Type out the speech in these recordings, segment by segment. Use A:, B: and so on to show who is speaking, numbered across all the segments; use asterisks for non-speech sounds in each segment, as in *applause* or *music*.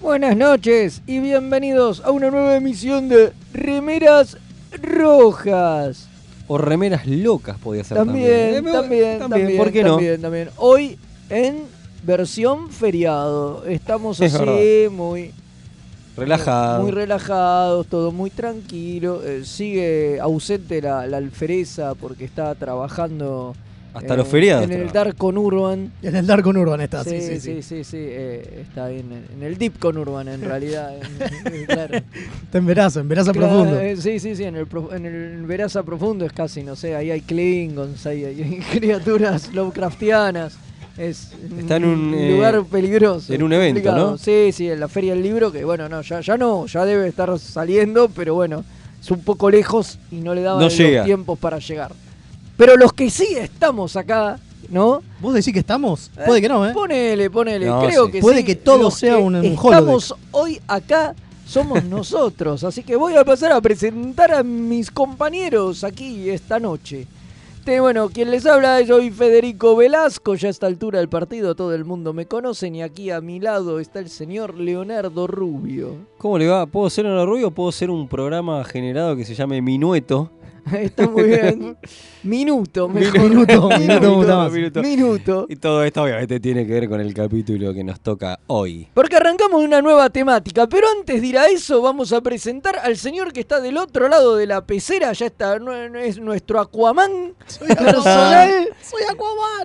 A: Buenas noches y bienvenidos a una nueva emisión de Remeras Rojas.
B: O remeras locas podía ser
A: También, también,
B: también.
A: también,
B: ¿Por qué
A: también, también. Hoy en versión feriado. Estamos
B: Es
A: así
B: verdad. Ah.
A: muy
B: no? Relajado.
A: muy relajados, todo muy tranquilo. Eh, sigue ausente la, la alfereza porque está trabajando
B: Hasta
A: eh,
B: los feriados.
A: en el
B: trabaja. Ah,
A: Dark Conurban.
C: *laughs* En el Dark Urban está, sí, sí, sí.
A: sí, sí, eh, está ahí en, en el Deep Conurban en realidad. en- en- claro.
C: Está en verazo, en verazo
A: Claro,
C: profundo.
A: eh, sí, sí, sí, en el, pro- en el Veraza profundo es casi, no sé, ahí hay Klingons, ahí hay *laughs* criaturas Lovecraftianas. Es
B: Está en un, eh,
A: lugar peligroso.
B: en un evento,
A: complicado.
B: ¿no?
A: Sí, sí, en la Feria del Libro, que bueno, no, ya, ya no, ya debe estar saliendo, pero bueno, es un poco lejos y no le daban
B: No
A: los
B: llega.
A: tiempos para llegar. Pero los que sí estamos acá, ¿no?
C: ¿Vos decís que estamos? Puede que no, ¿eh?
A: Ponele, ponele,
B: No,
A: creo
B: sí.
A: que
C: Puede
A: sí,
C: que todo
A: los
C: sea un- un
A: Estamos hoy acá,
C: *laughs*
A: somos nosotros, así que voy a pasar a presentar a mis compañeros aquí esta noche. Te- bueno, quien les habla es hoy Federico Velasco, ya a esta altura del partido todo el mundo me conoce y aquí a mi lado está el señor Leonardo Rubio. *laughs*
B: ¿Cómo le va? ¿Puedo ser Ana Rubio o puedo ser un programa generado que se llame Minueto?
A: Está muy
C: *laughs*
A: bien. Minuto, mejor. *laughs*
C: Minuto, minuto, me gusta más.
B: Minuto.
A: Minuto.
B: Y todo esto obviamente tiene que ver con el capítulo que nos toca hoy.
A: Porque arrancamos una nueva temática, pero antes de ir a eso vamos a presentar al señor que está del otro lado de la pecera, ya está, nu- nu- es nuestro Aquaman
C: Soy
A: personal.
C: Soy Aquaman.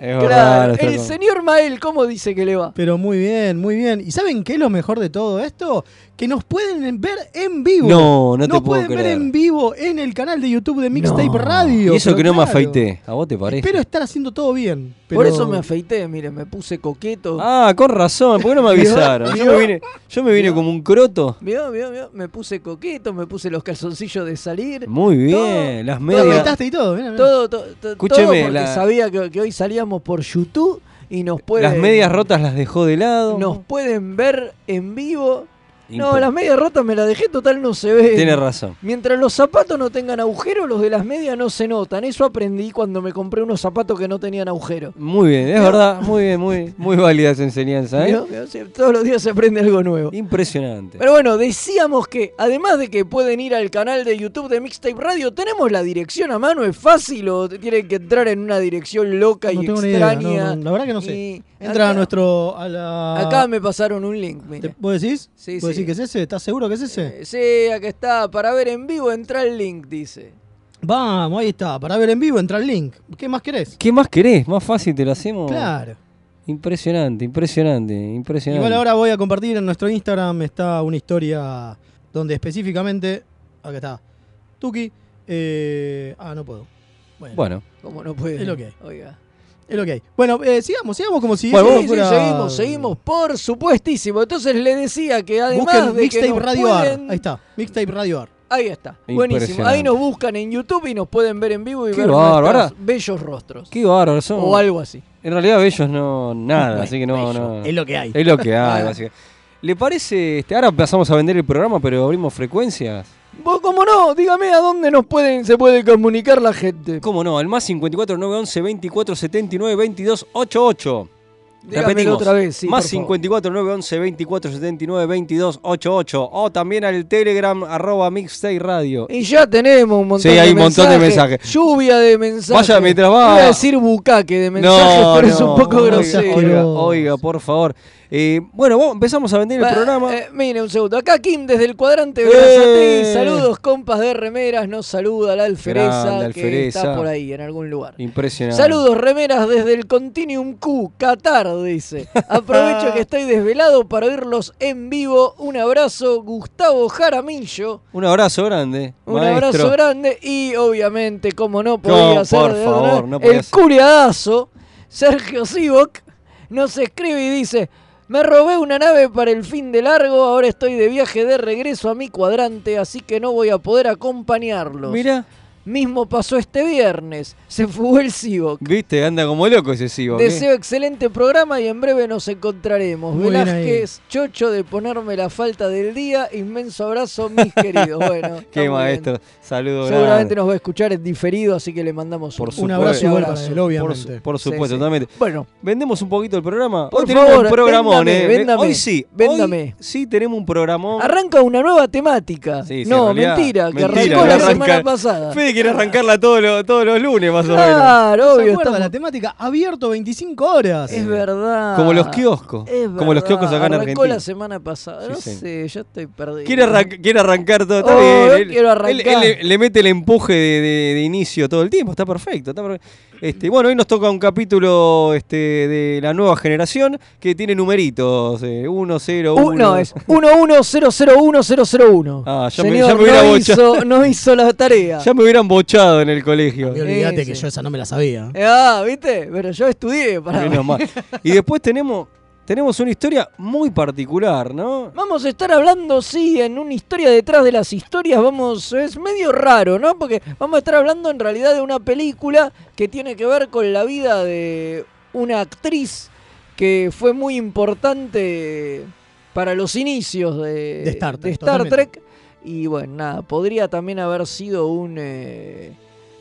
B: Es verdad,
A: Ah, Claro,
B: nuestro
A: el
B: com-
A: señor Mael, ¿cómo dice que le va?
C: Pero muy bien, muy bien. ¿Y saben qué es lo mejor de todo esto? Que nos pueden ver en vivo.
B: No, no te
C: Nos
B: puedo
C: pueden ver
B: creer.
C: en vivo en el canal de YouTube de Mixtape
A: No.
C: Radio.
B: Y eso
C: pero
B: que no me
C: claro.
B: afeité. ¿A vos te parece?
C: Espero estar haciendo todo bien. pero-
A: Por eso me afeité, miren, me puse coqueto.
B: Ah, con razón. ¿Por qué
A: *laughs*
B: no me avisaron? Yo me vine, yo me vine como un croto.
A: Vio, vio, vio, me puse coqueto, me puse los calzoncillos de salir.
B: Muy
A: Todo-
B: bien. Las
C: Te
B: medias.
C: afeitaste y todo. mirá, mirá.
A: Todo, to- to- todo,
B: Escúcheme,
A: porque
B: la-
A: sabía que, que hoy salíamos por YouTube y nos pueden,
B: Las medias rotas las dejó de lado.
A: nos pueden ver en vivo. No,
B: Impre-
A: las medias rotas me las dejé, total no se ve.
B: Tiene razón.
A: Mientras los zapatos no tengan agujero, los de las medias no se notan. Eso aprendí cuando me compré unos zapatos que no tenían agujero.
B: Muy bien, es verdad, muy bien, muy, muy válida esa enseñanza, ¿eh?
A: ¿Vio? ¿Vio? Sí, Todos los días se aprende algo nuevo.
B: Impresionante.
A: Pero bueno, decíamos que además de que pueden ir al canal de YouTube de Mixtape Radio, tenemos la dirección a mano, es fácil o tienen que entrar en una dirección loca
C: No
A: y
C: tengo ni idea,
A: extraña.
C: no, no, la verdad que no sé.
A: Y
C: Entra
A: acá-
C: a nuestro. A la...
A: Acá me pasaron un link. mire.
C: ¿Te- ¿Vos decís?
A: Sí,
C: ¿Vos
A: sí.
C: decís que es ese? ¿Estás seguro que es ese?
A: Eh, sí, acá está. Para ver en vivo, entra el link, dice.
C: Vamos, ahí está. Para ver en vivo, entra el link. ¿Qué más querés?
B: ¿Qué más querés? Más fácil te lo hacemos.
C: Claro.
B: Impresionante, impresionante, impresionante.
C: Igual ahora voy a compartir en nuestro Instagram. Está una historia donde específicamente. Acá está. Tuki. eh, ah, no puedo. Bueno,
B: Bueno,
A: Como no puede.
C: Es lo que hay.
A: Oiga.
C: es lo que hay. Bueno, eh, sigamos, sigamos como si.
A: Bueno,
C: eso
A: sí,
C: fuera-
A: sí, seguimos, seguimos, por supuestísimo. Entonces le decía que además
C: Busquen
A: de que
C: Mixtape
A: nos
C: Radio
A: pueden-
C: Ar. Ahí está. Mixtape Radio Ar.
A: ahí está, buenísimo.
B: Impresionante.
A: Ahí nos buscan en YouTube y nos pueden ver en vivo y
B: Qué
A: ver
B: bárbaro.
A: nuestros bellos rostros
B: qué bárbaro. son-
A: o algo así.
B: En realidad ellos no nada, así que no, no.
C: Es lo que hay.
B: Es lo que
C: *laughs*
B: hay, así que- ¿Le parece? Este, ahora pasamos a vender el programa, pero abrimos frecuencias.
A: Vos cómo no, dígame a dónde nos pueden se puede comunicar la gente.
B: ¿Cómo no? Al más 54 911 24 79 22 88.
A: Dígamelo
B: Repetimos,
A: otra vez, sí,
B: más
A: por favor.
B: 54 911 24 79 22 88 o también al Telegram arroba Mixtape Radio.
A: Y ya tenemos un montón
B: Sí,
A: de
B: hay un montón de mensajes.
A: Lluvia de mensajes.
B: Vaya, mientras va-
A: Iba a decir bucaque de mensajes, pero es un poco
B: oiga,
A: grosero.
B: Oiga, oiga, por favor. Eh, bueno, vamos- empezamos a vender el
A: Va,
B: programa.
A: eh, mire un segundo. Acá Kim desde el cuadrante de
B: ¡Eh!
A: Berazategui. Saludos, compas de remeras. Nos saluda la alfereza
B: Grande,
A: que
B: alfereza.
A: está por ahí, en algún lugar.
B: Impresionante.
A: Saludos, remeras desde el Continuum Q, Qatar, dice. Aprovecho
B: *laughs*
A: que estoy desvelado para oírlos en vivo. Un abrazo, Gustavo Jaramillo.
B: Un abrazo grande.
A: Un
B: maestro.
A: abrazo grande y obviamente, como no podía
B: No,
A: ser
B: por
A: de
B: favor,
A: verdad,
B: no podía
A: el
B: ser.
A: curiadazo Sergio Sivok nos escribe y dice, me robé una nave para el fin de largo, ahora estoy de viaje de regreso a mi cuadrante, así que no voy a poder acompañarlos.
B: Mira,
A: Mismo pasó este viernes. Se fugó el Cibo.
B: Viste, anda como loco ese Cibo. ¿qué?
A: Deseo excelente programa y en breve nos encontraremos.
C: Muy bien ahí.
A: Velázquez, chocho de ponerme la falta del día. Inmenso abrazo, mis queridos. Bueno, está muy
B: *laughs* Qué
A: bien.
B: maestro. Saludos.
A: Seguramente
B: grande.
A: nos va a escuchar en diferido, así que le mandamos
B: Por
C: Un
B: supuesto.
C: abrazo igual para
A: Abrazo.
C: él,
B: Por,
C: obviamente.
B: su- por
A: Sí,
B: supuesto,
A: sí.
B: totalmente.
A: Bueno,
B: ¿Vendemos un poquito el programa?
A: Por
B: hoy tenemos
A: favor,
B: un programón,
A: véndame,
B: ¿eh? Ve-
A: véndame.
B: Hoy sí. hoy
A: Véndame.
B: sí tenemos un programón.
A: arranca una nueva temática.
B: Sí, sí,
A: no,
B: en realidad,
A: mentira, que
B: mentira,
A: arrancó la
B: que arranca-
A: semana pasada. Ah,
B: Fede quiere arrancarla todos los, todos los lunes, más o menos.
A: Claro,
C: ¿Se
A: obvio.
C: acuerda
A: estamos-
C: la temática? Abierto 25 horas.
A: Es verdad.
B: Como los kioscos.
A: Es
B: como los
A: verdad,
B: kioscos acá en
A: arrancó
B: Argentina.
A: la semana pasada.
B: Sí,
A: no
B: sí.
A: sé, ya estoy perdido.
B: Quiere, arran- quiere arrancar todo. Está
A: Oh,
B: bien,
A: yo quiero arrancar.
B: él- él le, le mete el empuje de, de- de inicio todo el tiempo. Está perfecto. Está perfecto. Este, bueno, hoy nos toca un capítulo este, de la nueva generación que tiene numeritos. Eh, 1, 0, 1.
A: Uh, no, es 110001001.
B: Ah, ya me-
A: Señor,
B: ya me hubiera
A: no,
B: bocha-
A: hizo, no hizo la tarea.
B: Ya me hubieran bochado en el colegio.
C: Y olvídate
A: Sí,
C: que
A: sí.
C: yo esa no me la sabía.
A: Eh, Ah, ¿viste? Pero yo estudié para.
B: Menos mal. Y después tenemos, tenemos una historia muy particular, ¿no?
A: Vamos a estar hablando, sí, en una historia detrás de las historias. Vamos, es medio raro, ¿no? Porque vamos a estar hablando en realidad de una película que tiene que ver con la vida de una actriz que fue muy importante para los inicios de,
C: De Star Trek, totalmente.
A: Trek. Y bueno, nada, podría también haber sido un. eh,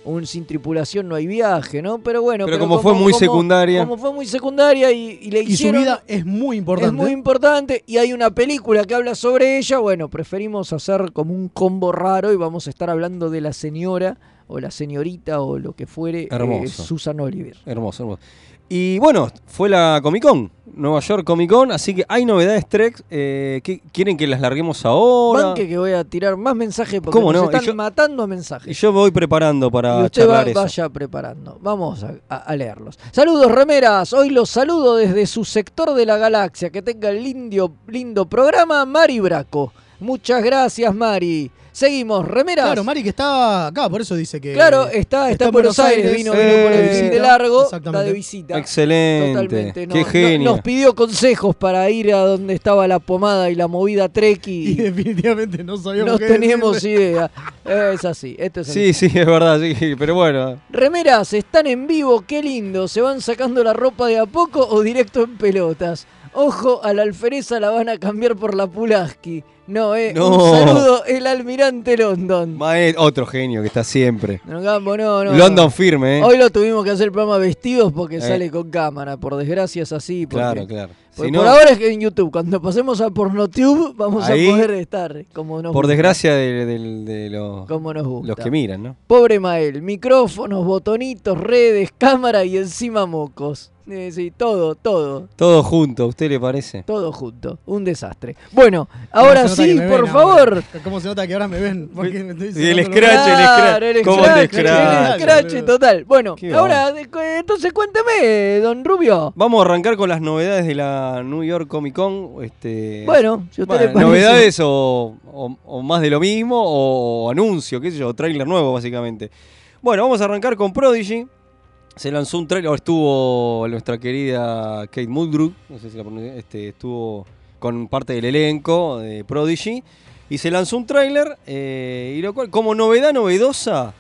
A: un sin tripulación no hay viaje, ¿no? Pero bueno.
B: Pero como fue muy secundaria.
A: Como fue muy secundaria y, y le
C: Y su
A: hicieron.
C: vida es muy importante.
A: Es muy importante y hay una película que habla sobre ella. Bueno, preferimos hacer como un combo raro y vamos a estar hablando de la señora o la señorita o lo que fuere
B: Hermoso.
A: eh, Susan Oliver.
B: Hermoso, hermoso. Y bueno, fue la Comic Con, Nueva York Comic Con, así que hay novedades Trek. eh, que ¿Quieren que las larguemos ahora?
A: Banque que voy a tirar más mensajes porque
B: ¿Cómo
A: nos
B: no? Y
A: están
B: yo-
A: matando a
B: Y
A: mensajes.
B: yo me voy preparando para
A: Y usted va-
B: charlar eso.
A: vaya preparando. Vamos a, a- a leerlos. Saludos, remeras. Hoy los saludo desde su sector de la galaxia. Que tenga el lindo, lindo programa, Mari Braco. Muchas gracias, Mari. Seguimos, remeras.
C: Claro, Mari que está acá, por eso dice que.
A: Claro, está, está, en Buenos Aires, vino, vino por el
B: Eh,
A: fin de largo, está
C: Exactamente.
A: de visita.
B: Excelente.
A: Totalmente, no-
B: Qué
A: no-
B: genio.
A: nos pidió consejos para ir a donde estaba la pomada y la movida trek
C: Y
A: y
C: definitivamente no sabíamos
A: no
C: qué
A: teníamos
C: decirle.
A: idea. Es así, esto es así.
B: Sí, sí, es verdad, sí, pero bueno.
A: Remeras, están en vivo, qué lindo. ¿Se van sacando la ropa de a poco o directo en pelotas? Ojo, a la alfereza la van a cambiar por la Pulaski. No, eh.
B: No.
A: Un saludo, el almirante London.
B: Mae- otro genio que está siempre.
A: No, Gambo, no, no.
B: London firme, ¿eh?
A: Hoy lo tuvimos que hacer el programa vestidos porque
B: Eh.
A: sale con cámara, por desgracia es así. porque-
B: claro, claro.
A: porque
B: Si no,
A: por ahora es que en YouTube, cuando pasemos a Pornotube vamos
B: Ahí,
A: a poder estar como nos
B: por
A: gusta,
B: desgracia de, de- de los,
A: Como nos gusta.
B: los que miran, ¿no?
A: Pobre Mael, micrófonos, botonitos, redes, cámara y encima mocos. Eh, sí, todo, todo,
B: Todo junto, ¿a usted le parece?
A: todo junto. Un desastre. Bueno, ahora
C: ¿Cómo se nota que
A: sí,
C: me
A: por
C: ven ahora?
A: favor.
C: ¿Cómo se nota que ahora me ven? Porque me estoy
B: Y
C: sacando
B: el
C: los-
B: scratch. Claro, el ¿Cómo te
A: el
B: escrache?
A: escrache total. Bueno,
B: Qué
A: ahora, eh, entonces cuénteme, don Rubio.
B: Vamos a arrancar con las novedades de la New York Comic Con. Este,
A: Bueno, si a usted
B: bueno,
A: le parece.
B: novedades o, o- o más de lo mismo, o, anuncio, qué sé yo, trailer nuevo básicamente. Bueno, vamos a arrancar con Prodigy. Se lanzó un trailer, estuvo nuestra querida Kate Muldrew, no sé si la pronuncié, este, estuvo con parte del elenco de Prodigy. Y se lanzó un trailer, y lo cual, como novedad novedosa,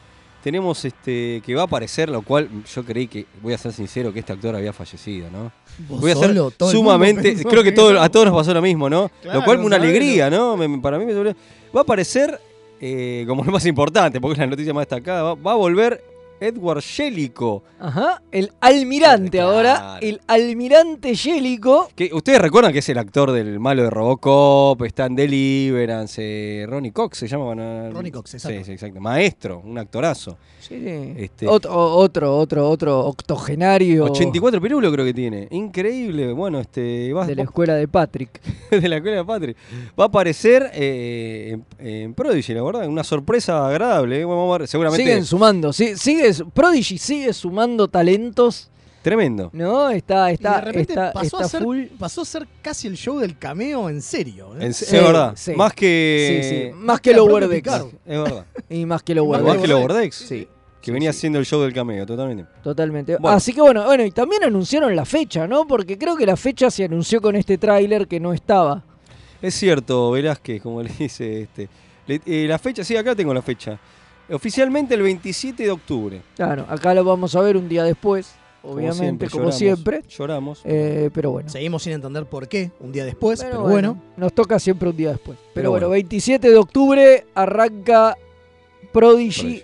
B: tenemos este que va a aparecer, lo cual yo creí que, voy a ser sincero, que este actor había fallecido, ¿no?
C: Vos
B: Voy a ser
C: solo, todo el mundo
B: sumamente.
C: pensó
B: Creo que todo, a
C: no.
B: todos nos pasó lo mismo, ¿no?
C: Claro,
B: lo cual una
C: sabelo.
B: alegría, ¿no? Me- me- para mí me sorprendió. Va a aparecer, eh, como lo más importante, porque es la noticia más destacada, va, va a volver Edward Jellico.
A: Ajá, el almirante
B: Claro.
A: ahora, el almirante yélico.
B: Que ustedes recuerdan que es el actor del malo de Robocop, está en Deliverance, eh, Ronnie Cox se llama. ¿no?
C: Ronnie Cox, exacto.
B: Sí, sí, exacto. Maestro, un actorazo. Este-
A: Ot- o- otro, otro, otro octogenario
B: 84 pirulos creo que tiene. Increíble. Bueno, este. va-
A: de la escuela de Patrick.
B: *laughs* de la escuela de Patrick. Va a aparecer eh, en, en Prodigy, la verdad, una sorpresa agradable. eh. Vamos a ver, seguramente
A: Siguen sumando, si- sigue, su- Prodigy sigue sumando talentos,
B: tremendo.
A: ¿no? Está,
C: Y de
A: está,
C: repente
A: está,
C: pasó,
A: está
C: a ser,
A: full.
C: pasó a ser casi el show del cameo en serio. ¿eh?
B: En se-
A: Sí,
B: es verdad.
A: sí.
B: Más que.
A: Sí, sí,
C: más
A: Más que
C: que la
A: Lower
C: propia
A: Decks.
C: Picard.
A: *laughs*
B: Es verdad.
A: Y más que Lower
C: Más
B: Igual
A: Decks.
B: que
C: Lower
B: Lower Decks.
A: Sí,
B: Que venía
A: sí.
B: siendo el show del cameo, totalmente.
A: totalmente.
B: Bueno.
A: Así que bueno, bueno, y también anunciaron la fecha, ¿no? Porque creo que la fecha se anunció con este tráiler que no estaba.
B: Es cierto, Velázquez, como le dice este. Le- eh, la fecha, sí, acá tengo la fecha. Oficialmente el 27 de octubre.
A: Claro, acá lo vamos a ver un día después, obviamente, como siempre.
B: Lloramos.
A: Eh, pero bueno.
C: Seguimos sin entender por qué, un día después,
A: Pero
C: pero, bueno.
A: Nos toca siempre un día después. Pero,
B: Pero
A: bueno,
B: bueno.
A: 27 de octubre arranca Prodigy.
B: Prodigy.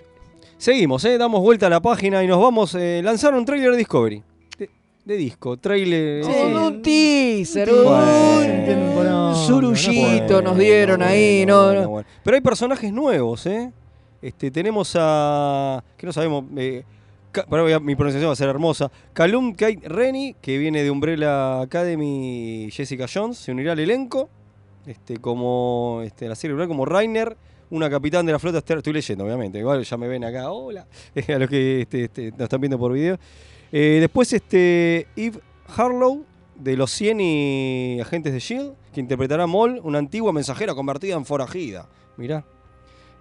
B: Seguimos, eh, damos vuelta a la página y nos vamos. Eh, lanzaron un trailer de Discovery. De, de disco, trailer.
A: Con
C: Sí.
A: un teaser,
C: Un
B: teaser.
A: un,
C: Bueno,
A: surullito
C: bueno,
A: nos dieron ahí, ¿no?
B: bueno, bueno. Pero hay personajes nuevos, ¿eh? Este, tenemos a. que no sabemos. Eh, Ca- pará, voy a- mi pronunciación va a ser hermosa. Calum Kate Rennie, que viene de Umbrella Academy, y Jessica Jones, se unirá al elenco. Este, como este, la serie Umbrella, como Rainer, una capitán de la flota. ester- Estoy leyendo, obviamente. Igual ya me ven acá. Hola. *laughs* a los que este, este, nos están viendo por video. Eh, después, este, Eve Harlow, de los 100 y agentes de S.H.I.E.L.D., E que interpretará a Moll, una antigua mensajera convertida en forajida. Mirá.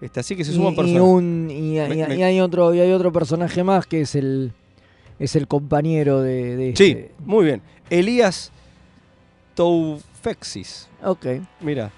B: Este, así que se suman
A: Y- y,
B: personas.
A: un- y- y-
B: Me-
A: y-
B: me-
A: y hay otro, y hay otro personaje más que es el es el compañero de, de
B: Sí,
A: este.
B: muy bien. Elías Toufexis.
A: Ok.
B: Mira.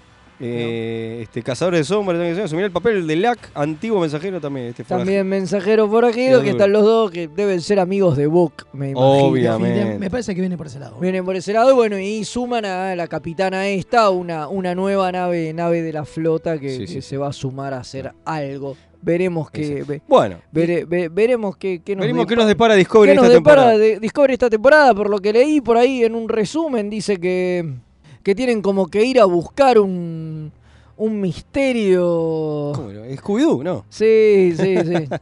B: eh, este cazador de sombras tengo que decir, asumirá el papel de Lac, antiguo mensajero también. Este fue-
A: También mensajero forajido,
B: Qué
A: que
B: duro.
A: están los dos, que deben ser amigos de Book, me imagino.
B: Obvio. Obviamente.
C: Me parece que viene por ese lado.
A: Vienen por ese lado, y bueno, y suman a la capitana esta, una, una nueva nave, nave de la flota que,
B: Sí,
A: que
B: sí, sí.
A: se va a sumar a hacer algo. Veremos que ve-
B: Bueno,
A: vere- ve- veremos que, que nos
B: veremos qué
A: depa-
B: nos depara Discovery
A: qué nos
B: esta
A: depara
B: temporada.
A: de Discovery esta temporada. Por lo que leí por ahí en un resumen, dice que, que tienen como que ir a buscar un, un misterio.
B: ¿Cómo era? Scooby-Doo, ¿no?
A: Sí, sí, sí.
B: *laughs*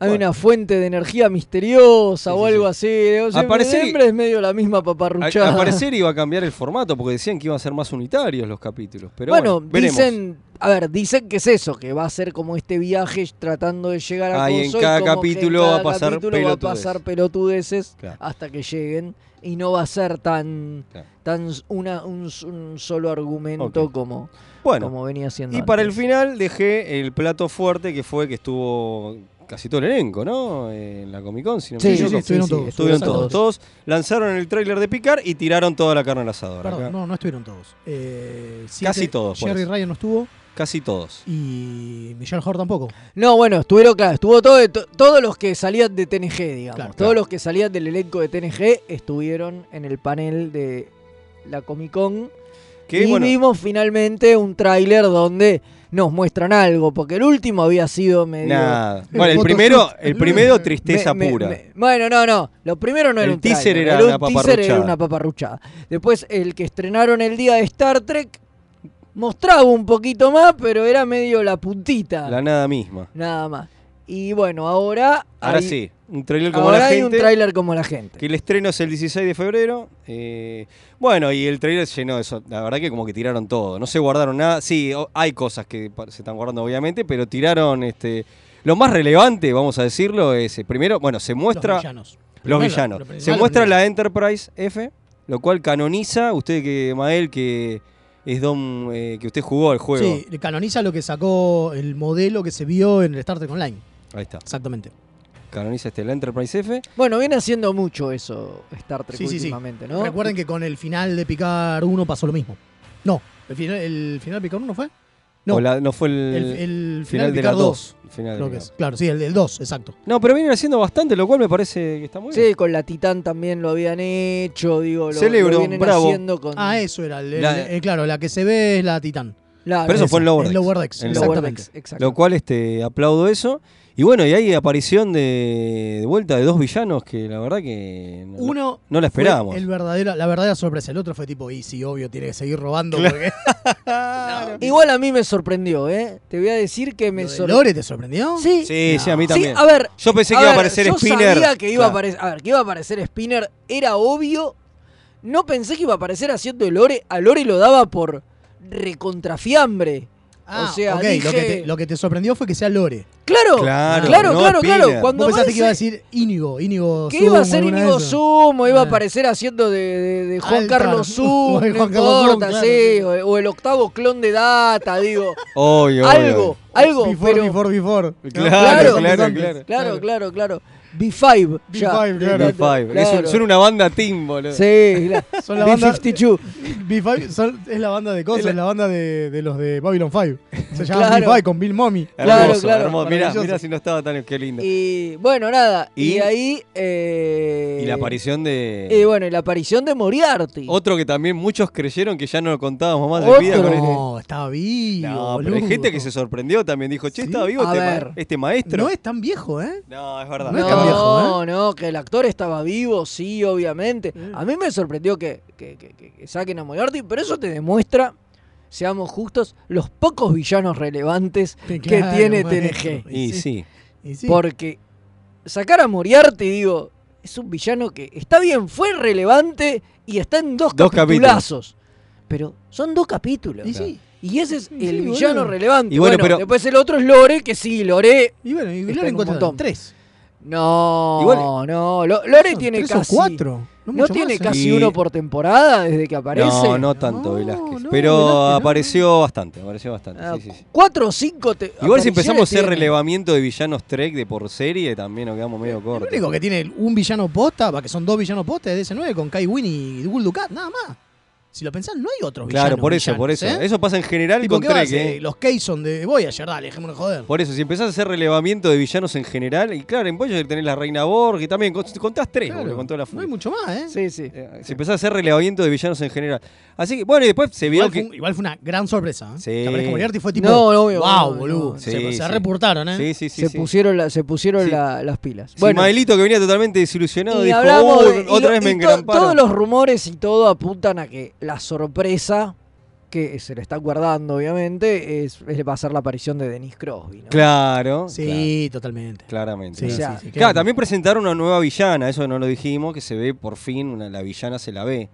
A: Hay
B: Bueno.
A: una fuente de energía misteriosa
B: Sí,
A: o
B: sí,
A: algo
B: sí.
A: así. O sea,
B: Al parecer-
A: siempre es medio la misma
B: Al,
A: paparruchada.
B: al parecer iba a cambiar el formato porque decían que iban a ser más unitarios los capítulos. Pero bueno,
A: bueno,
B: veremos.
A: dicen, a ver, dicen que es eso, que va a ser como este viaje tratando de llegar a
B: Ah, y en
A: coso,
B: cada
A: como que en
B: capítulo
A: cada
B: va a pasar
A: capítulo va a
B: pelotudeces.
A: pasar pelotudeces
B: Claro.
A: hasta que lleguen y no va a ser tan
B: Claro.
A: tan s- una, un, s- un solo argumento
B: Ok.
A: como,
B: Bueno,
A: como venía siendo.
B: y para el
A: antes.
B: final dejé el plato fuerte que fue que estuvo casi todo el elenco, ¿no? En la Comic Con, si no me
A: Sí, sí,
B: equivoco.
A: sí,
C: estuvieron
A: sí,
C: todos.
B: Estuvieron
A: Exacto.
B: todos. Todos lanzaron el tráiler de Picar y tiraron toda la carne al asador.
C: Perdón,
B: Acá,
C: no, no estuvieron todos. Eh,
B: Casi todos, pues. por
C: Jerry
B: eso.
C: Ryan no estuvo
B: Casi todos.
C: y Michelle Hort tampoco.
A: No, bueno, estuvieron, claro, estuvo todo, to- todos los que salían de TNG, digamos.
C: Claro,
A: todos
B: claro.
A: los que salían del elenco de TNG estuvieron en el panel de la Comic Con.
B: Que
A: y
B: bueno,
A: vimos finalmente un tráiler donde nos muestran algo, porque el último había sido medio... *laughs*
B: nada.
C: El
B: Bueno, el
C: Photoshop.
B: primero, el primero tristeza
A: Me- me-
B: pura.
A: me- bueno, no, no. Lo primero no
B: El
A: era un
B: teaser
A: tráiler,
B: era
A: el
B: una
A: teaser era
B: paparruchada.
A: una paparruchada. Después, el que estrenaron el día de Star Trek mostraba un poquito más, pero era medio la puntita.
B: La nada misma.
A: Nada más. Y bueno, ahora.
B: Ahora
A: hay-
B: sí, un tráiler como
A: Ahora
B: la
A: hay
B: gente.
A: un tráiler como la gente.
B: Que el estreno es el 16 de febrero. eh, bueno, y el trailer llenó eso. La verdad que como que tiraron todo. No se guardaron nada. Sí, o- hay cosas que pa- se están guardando, obviamente, pero tiraron este. Lo más relevante, vamos a decirlo, es eh, primero, bueno, se muestra.
C: Los villanos.
B: Los
C: Primero,
B: villanos.
C: lo
B: Se
C: principal,
B: muestra
C: los
B: la Enterprise F, lo cual canoniza, usted que, Mael, que es Dom, eh, que usted jugó al juego.
C: Sí, canoniza lo que sacó el modelo que se vio en el Star Trek Online.
B: Ahí está.
C: Exactamente.
B: Canoniza este, la Enterprise F.
A: Bueno, viene haciendo mucho eso Star Trek
C: Sí, sí, sí.
A: últimamente, ¿no?
C: Recuerden que con el final de Picar 1 pasó lo mismo. No, el final, el final de Picar 1 fue. No,
B: O la- no fue el,
C: el, el final,
B: final
C: de
B: de la
C: Picar 2.
B: 2. final de
C: Creo que
B: Picard.
C: es. Claro, sí, el del 2, exacto.
B: No, pero vienen haciendo bastante, lo cual me parece que está muy bien.
A: Sí, con la Titán también lo habían hecho, digo, lo,
B: Celebro,
A: lo vienen
B: bravo.
A: haciendo con
C: Ah, eso era. el- el-
B: La-
C: eh, claro, la que se ve es la Titán.
A: la-
B: Pero eso
A: esa,
B: fue en Lower
C: en
B: Decks.
C: Lower Decks,
B: En
A: la
B: Lower
A: Vortex,
C: exactamente.
A: exacto.
B: Lo cual este, aplaudo eso. Y bueno, y hay aparición de, de vuelta de dos villanos que la verdad que no,
C: Uno
B: no la
C: fue
B: esperábamos.
C: el verdadero, la verdadera sorpresa. El otro fue tipo, y sí, obvio, tiene que seguir robando. Porque...
A: Igual a mí me sorprendió, ¿eh? Te voy a decir que *laughs* me
C: ¿Lo de
A: sorprendió.
C: ¿Lore te sorprendió?
A: Sí, sí,
B: Sí, sí, a mí
C: No.
B: también.
A: a ver.
B: yo pensé que iba a
A: ver,
B: aparecer
A: yo
B: Spinner.
A: sabía que iba a
B: Claro.
A: aparecer, a ver, que iba a aparecer Spinner, era obvio. No pensé que iba a aparecer haciendo el Lore, a Lore lo daba por recontrafiambre.
C: Ah,
A: o sea,
C: ok,
A: dije-
C: lo, que te, lo que te sorprendió fue que sea Lore.
A: Claro, claro,
B: Claro,
A: claro,
B: no
A: claro.
B: Spinner.
A: Cuando
C: Vos pensaste que iba a
A: aparece-
C: decir Íñigo, Íñigo
A: que iba a
C: Zoom,
A: ser
C: alguna
A: Íñigo
C: de esas.
A: Sumo, iba a
C: Ah.
A: aparecer haciendo de, de- de Juan
C: Altar.
A: Carlos
C: O
A: Sumo,
C: de
A: no
C: *laughs* Juan Carlos Zoom,
A: importa,
C: claro,
A: sí,
C: sí.
A: o, o el octavo clon de Data,
B: *laughs*
A: digo,
B: Obvio, obvio.
A: algo, algo,
C: Before,
A: pero-
C: before, before.
B: *laughs* Claro,
A: Claro,
B: claro,
C: antes.
B: claro.
A: Claro, claro, claro. B5. ya.
C: B5, claro.
B: B5. Es un-
A: Claro.
B: son una banda team, boludo.
A: Sí, la-
C: *laughs* Son la banda-
A: B52.
C: B5 son- es la banda de cosas,
B: Es la-
C: es la banda de, de los de Babylon 5. Se llama
A: Claro.
C: Big Bye con Bill Mommy.
A: Claro,
B: Hermoso,
A: claro,
B: hermoso. Mirá,
C: maravilloso.
B: mirá si no estaba tan... Qué lindo. Y,
A: Y bueno, nada. Y,
B: Y-
A: ahí. eh,
B: la aparición de...
A: Y bueno, y la aparición de Moriarty.
B: Otro que también muchos creyeron que ya no lo contábamos más
A: Otro.
B: de vida con este...
C: No, está vivo.
B: No, pero hay
C: boludo.
B: gente que se sorprendió también. Dijo, che,
C: Sí,
B: ¿está vivo
A: a
B: este, ma-
A: ver.
B: este maestro?
C: No es tan viejo, ¿eh?
B: No, es verdad.
C: No es
B: es
C: tan
B: verdad.
C: viejo.
A: no, no, que el actor estaba vivo, sí, obviamente.
C: Mm.
A: A mí me sorprendió que, que- que- que- que saquen a Moriarty, pero eso te demuestra, seamos justos, los pocos villanos relevantes que tiene TNG.
B: Y sí.
C: Y sí.
A: Porque sacar a Moriarty, digo, es un villano que está bien, fue relevante y está en dos,
B: Dos
A: capitulazos. Pero son dos capítulos.
C: Y sí.
A: Y ese es
C: Sí,
A: el
C: boludo.
A: villano relevante.
B: Y bueno, pero-
A: después el otro es Lore, que sí, Lore.
C: Y bueno, y
A: Está
C: Lore
A: en un
C: encuentra
A: montón.
C: tres.
A: No,
B: Igual-
A: no. Lo- Lore
C: Son
A: tiene
C: tres
A: casi.
C: o cuatro. No,
A: No
C: mucho
A: tiene
C: más, ¿eh?
A: casi
B: Y-
A: uno por temporada desde que aparece.
B: No, no tanto,
C: No,
B: Velázquez.
C: no,
B: pero
C: Velázquez no.
B: apareció bastante, apareció bastante.
A: Ah,
B: sí, sí, sí.
A: Cuatro o cinco. te-
B: Igual si empezamos a
A: apariciones
B: hacer
A: tiene.
B: relevamiento de villanos Trek de por serie, también nos quedamos medio
C: El
B: cortos.
C: único que tiene un villano posta, va, que son dos villanos posta de DS9 con Kai Wynn y Gul Dukat, nada más. Si lo pensás, no hay otro villano.
B: Claro, por eso,
C: villanos,
B: por eso.
C: ¿eh?
B: Eso pasa en general
C: Tipo,
B: con
C: ¿qué va a
B: Trek,
C: hacer?
B: ¿eh?
C: Los Keyson de Voyager, dale, dejémonos joder.
B: Por eso, si empezás a hacer relevamiento de villanos en general, y claro, en Voyager tenés la Reina Borg y también cont- contás tres,
C: Claro,
B: boludo, con toda la
C: no
B: furia.
C: hay mucho más, ¿eh?
A: Sí, sí.
B: Eh, Si empezás a hacer relevamiento de villanos en general. Así que, bueno, y después se vio
C: Igual,
B: que...
C: fue, un- igual fue una gran sorpresa. ¿eh?
B: Sí.
C: Que aparezca Moriarty fue tipo.
A: No, obvio,
C: wow,
A: no,
C: boludo.
A: no.
C: Se,
B: Sí,
C: se
B: sí.
C: reportaron, ¿eh?
B: Sí, sí, sí.
A: se
B: sí.
A: pusieron, la- se pusieron
B: Sí.
A: la- las pilas.
B: Sí, Maelito que venía totalmente desilusionado
A: y
B: dijo,
A: hablamos
B: "Oh,
A: de- y
B: otra
A: lo-
B: vez me
A: y to-
B: engramparon.
A: todos los rumores y todo apuntan a que la sorpresa que se le está guardando, obviamente, es, es- va a ser la aparición de Denise Crosby. ¿no?
B: Claro. claro,
C: Sí, totalmente.
B: claramente.
C: Sí,
A: O sea,
C: sí, sí,
B: Claro,
C: claro.
B: también presentaron una nueva villana, eso no lo dijimos, que se ve por fin, una- la villana se la ve.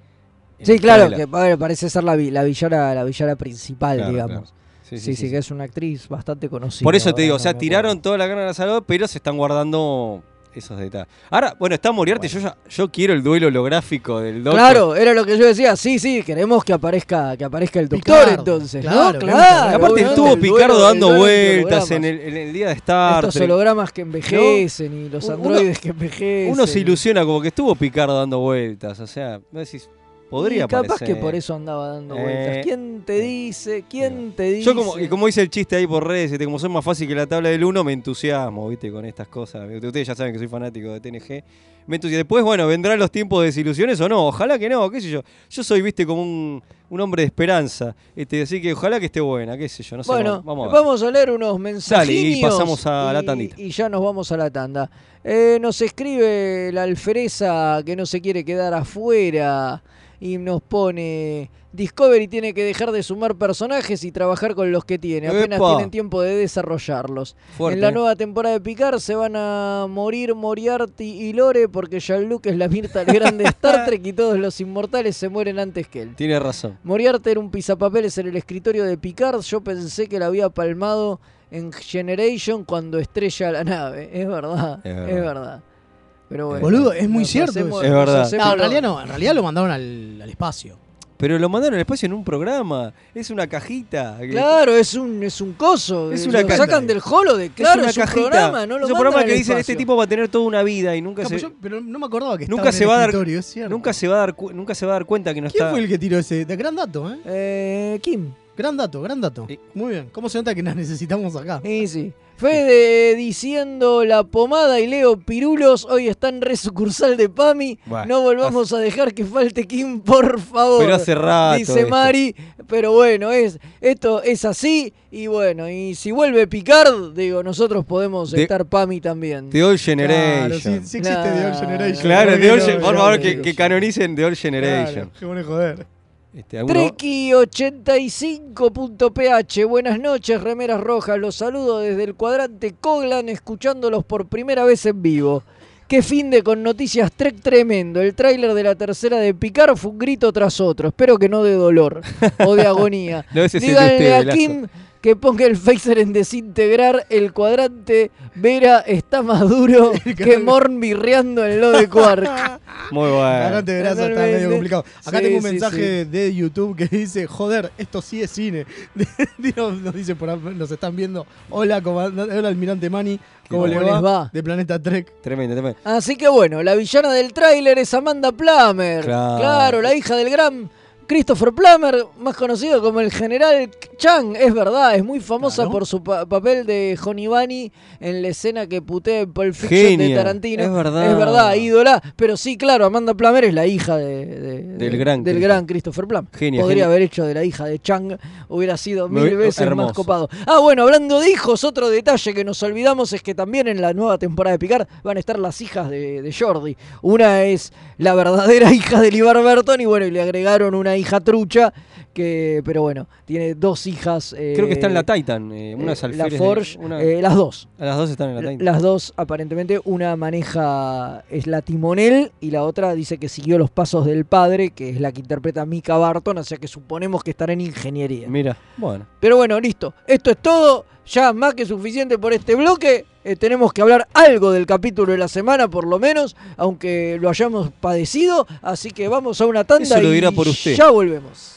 B: en
A: Sí,
B: la
A: claro,
B: escala.
A: que a ver, parece ser la, vi- la villana, la villana principal,
B: Claro,
A: digamos.
B: claro.
A: Sí
B: Sí,
A: sí, que es una actriz bastante conocida.
B: Por eso te
A: ahora
B: digo, o
A: no
B: sea,
A: me
B: tiraron
A: acuerdo.
B: toda la gana de la salud, pero se están guardando esos detalles. Ahora, bueno, está Moriarty, yo ya, yo quiero el duelo holográfico del Doctor.
A: Claro, era lo que yo decía. Sí, sí, queremos que aparezca, que aparezca el doctor,
C: Picardo,
A: entonces,
C: claro,
A: ¿no?
C: queremos
A: Claro.
C: que-
B: Aparte
A: obviamente,
B: estuvo
A: el duelo-
B: Picardo
A: el
B: dando
A: duelo entre hologramas.
B: vueltas en el, en el día de Star
A: Estos
B: Trek.
A: hologramas que envejecen y los
B: Uno-
A: androides que envejecen.
B: Uno se ilusiona como que estuvo Picardo dando vueltas, o sea, vos decís, podría
A: Y capaz
B: aparecer.
A: que por eso andaba dando
B: Eh.
A: vueltas. ¿Quién te dice? ¿Quién te dice?
B: Yo como, y como hice el chiste ahí por redes, este, como soy más fácil que la tabla del 1, me entusiasmo, viste, con estas cosas. Ustedes ya saben que soy fanático de TNG. Me entusiasmo. Después, bueno, vendrán los tiempos de desilusiones o no. Ojalá que no, qué sé yo. Yo soy, viste, como un, un hombre de esperanza. Este, así que ojalá que esté buena, qué sé yo. No sé,
A: bueno,
B: vamos, vamos a ver.
A: leer unos mensajes.
B: pasamos a la tandita.
A: Y ya nos vamos a la tanda. Eh, nos escribe la alfereza que no se quiere quedar afuera y nos pone... Discovery tiene que dejar de sumar personajes y trabajar con los que tiene. Apenas
B: Epa.
A: tienen tiempo de desarrollarlos.
B: Fuerte,
A: En la
B: ¿eh?
A: nueva temporada de Picar se van a morir Moriarty y Lore porque Jean-Luc es la Mirta el
B: *laughs*
A: Grande de Star Trek y todos los inmortales se mueren antes que él.
B: Tiene razón.
A: Moriarty era un pizapapeles en el escritorio de Picard. Yo pensé que la había palmado en Generation cuando estrella la nave. Es verdad, es
B: Es
A: verdad.
B: verdad.
A: Pero bueno.
C: Boludo, es muy
A: nos
C: cierto
A: hacemos-
C: eso.
B: Es
A: nos
B: verdad.
A: hacemos-
C: No, en realidad no, en realidad lo mandaron al, al espacio.
B: Pero lo mandaron al espacio en un programa. Es una cajita.
A: Claro, es un, es un coso.
B: Es
A: lo
B: una cajita.
A: sacan del holo de
B: Es
A: claro,
B: una
A: es, un
B: cajita.
A: programa, no lo
B: es un
A: mandan
B: programa
A: al
B: que dicen, este
A: espacio". pues
B: tipo va a tener toda una vida y nunca
C: Capo,
B: se...
C: yo- pero no me acordaba que
B: Nunca
C: estaba
B: se
C: en
B: va a
C: el
B: dar-
C: escritorio, es cierto.
B: Nunca se, va a dar cu- nunca se va a dar cuenta que no
C: ¿Quién
B: está...
C: fue el que tiró ese? De- Gran dato, ¿eh?
A: Eh, Kim.
C: Gran dato, gran dato.
B: Sí.
C: Muy bien. ¿Cómo se nota que nos necesitamos acá?
A: Y sí. Fede diciendo la pomada y Leo Pirulos hoy están re sucursal de Pami.
B: Bueno,
A: no volvamos a dejar que falte Kim, por favor.
B: Pero hace rato.
A: Dice
B: esto.
A: Mari, pero bueno, es esto es así y bueno, y si vuelve Picard, digo, nosotros podemos
B: De-
A: estar Pami también.
B: The Old
C: Claro, sí,
B: Generation.
C: sí existe The Old
A: Claro.
C: Generation.
B: Claro,
C: ¿Por
B: The
C: qué
B: Old
C: no?
B: Gen- por
A: Generation.
B: favor, que, que canonicen The Old Generation.
C: Claro, qué bueno joder.
B: Este, ¿alguno?
A: Treki85.ph, buenas noches, remeras rojas, los saludo desde el cuadrante Coglan, escuchándolos por primera vez en vivo. Qué fin de con noticias Trek tremendo. El tráiler de la tercera de Picard fue un grito tras otro. Espero que no de dolor o de agonía.
B: No, ese es el de
A: Díganle
B: este usted,
A: a
B: Velasco.
A: Kim que ponga el phaser en desintegrar. El cuadrante Vera está más
B: *laughs*
A: duro que Morn birreando en lo de Quark.
B: Muy bueno.
C: Adelante, gracias, está
A: Totalmente.
C: medio complicado. Acá
A: Sí,
C: tengo un
A: sí,
C: mensaje de YouTube que dice, joder, esto sí es cine. *laughs* nos, nos dice por ahí, nos están viendo. Hola, comandante, hola almirante Mani, ¿cómo
B: ¿Cómo
C: le
A: les
C: va?
A: va?
C: De Planeta Trek.
B: Tremendo, tremendo.
A: Así que bueno, la villana del tráiler es Amanda Plummer.
B: Claro.
A: la hija del gran Christopher Plummer, más conocido como el general Chang, es verdad, es muy famosa
C: Claro.
A: por su pa- papel de Johnny Bunny en la escena que putea en Pulp Fiction de
B: Genia,
A: Tarantino.
B: es verdad.
A: Es verdad, ídola. Pero sí, claro, Amanda Plummer es la hija de- de-
B: Del
A: de-
B: gran
A: del
B: Christopher.
A: gran Christopher Plummer.
B: Genio,
A: Podría
B: genio.
A: haber hecho de la hija de Chang, hubiera sido
B: Me
A: mil
B: hubi-
A: veces más
B: hermoso.
A: copado. Ah, bueno, hablando de hijos, otro detalle que nos olvidamos es que también en la nueva temporada de Picard van a estar las hijas de, de Jordi. Una es la verdadera *laughs* hija de Libar Berton y bueno, y le agregaron una hija trucha, que, pero bueno, tiene dos hijas. eh,
B: Creo que está en la Titan. eh,
A: eh,
B: unas
A: la
B: alfileres de-
A: Forge,
B: una-
A: eh, las dos.
B: a las dos están en la Titan.
A: Las dos, aparentemente, una maneja, es la timonel y la otra dice que siguió los pasos del padre, que es la que interpreta Mika Barton, o sea que suponemos que estará en ingeniería.
B: Mira, bueno.
A: Pero bueno, listo. Esto es todo. Ya más que suficiente por este bloque. Eh, tenemos que hablar algo del capítulo de la semana, por lo menos, aunque lo hayamos padecido. Así que vamos a una tanda
B: Eso lo
A: y
B: dirá por usted.
A: ya volvemos.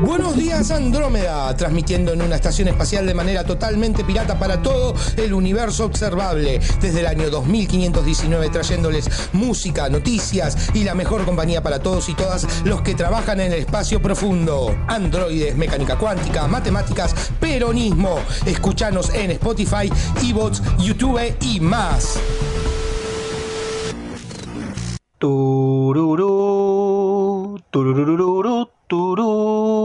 D: Buenos días Andrómeda, transmitiendo en una estación espacial de manera totalmente pirata para todo el universo observable, desde el año 2519 trayéndoles música, noticias y la mejor compañía para todos y todas los que trabajan en el espacio profundo. Androides, mecánica cuántica, matemáticas, peronismo. Escuchanos en Spotify, Evox, YouTube y más.
E: Tururú, tururururú,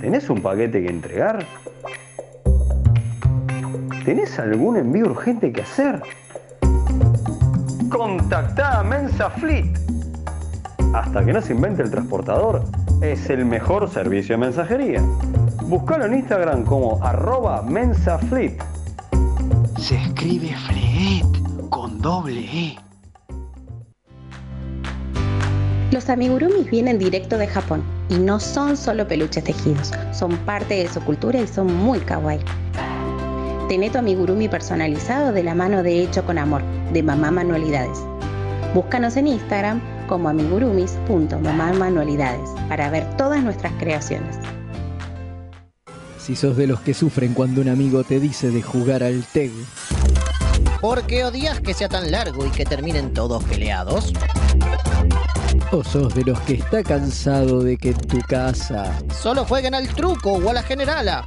F: ¿Tenés un paquete que entregar? ¿Tenés algún envío urgente que hacer? Contactá a Mensa Fleet. Hasta que no se invente el transportador, es el mejor servicio de mensajería. Buscalo en Instagram como arroba mensafleet.
G: Se escribe Fleet con doble E.
H: Los amigurumis vienen directo de Japón y no son solo peluches tejidos, son parte de su cultura y son muy kawaii. Tené tu amigurumi personalizado de la mano de Hecho con Amor, de Mamá Manualidades. Búscanos en Instagram como amigurumis.mamamanualidades para ver todas nuestras creaciones.
A: Si sos de los que sufren cuando un amigo te dice de jugar al TEG,
I: Porque odias que sea tan largo y que terminen todos peleados?
A: o sos de los que está cansado de que en tu casa
I: Solo jueguen al truco o a la generala.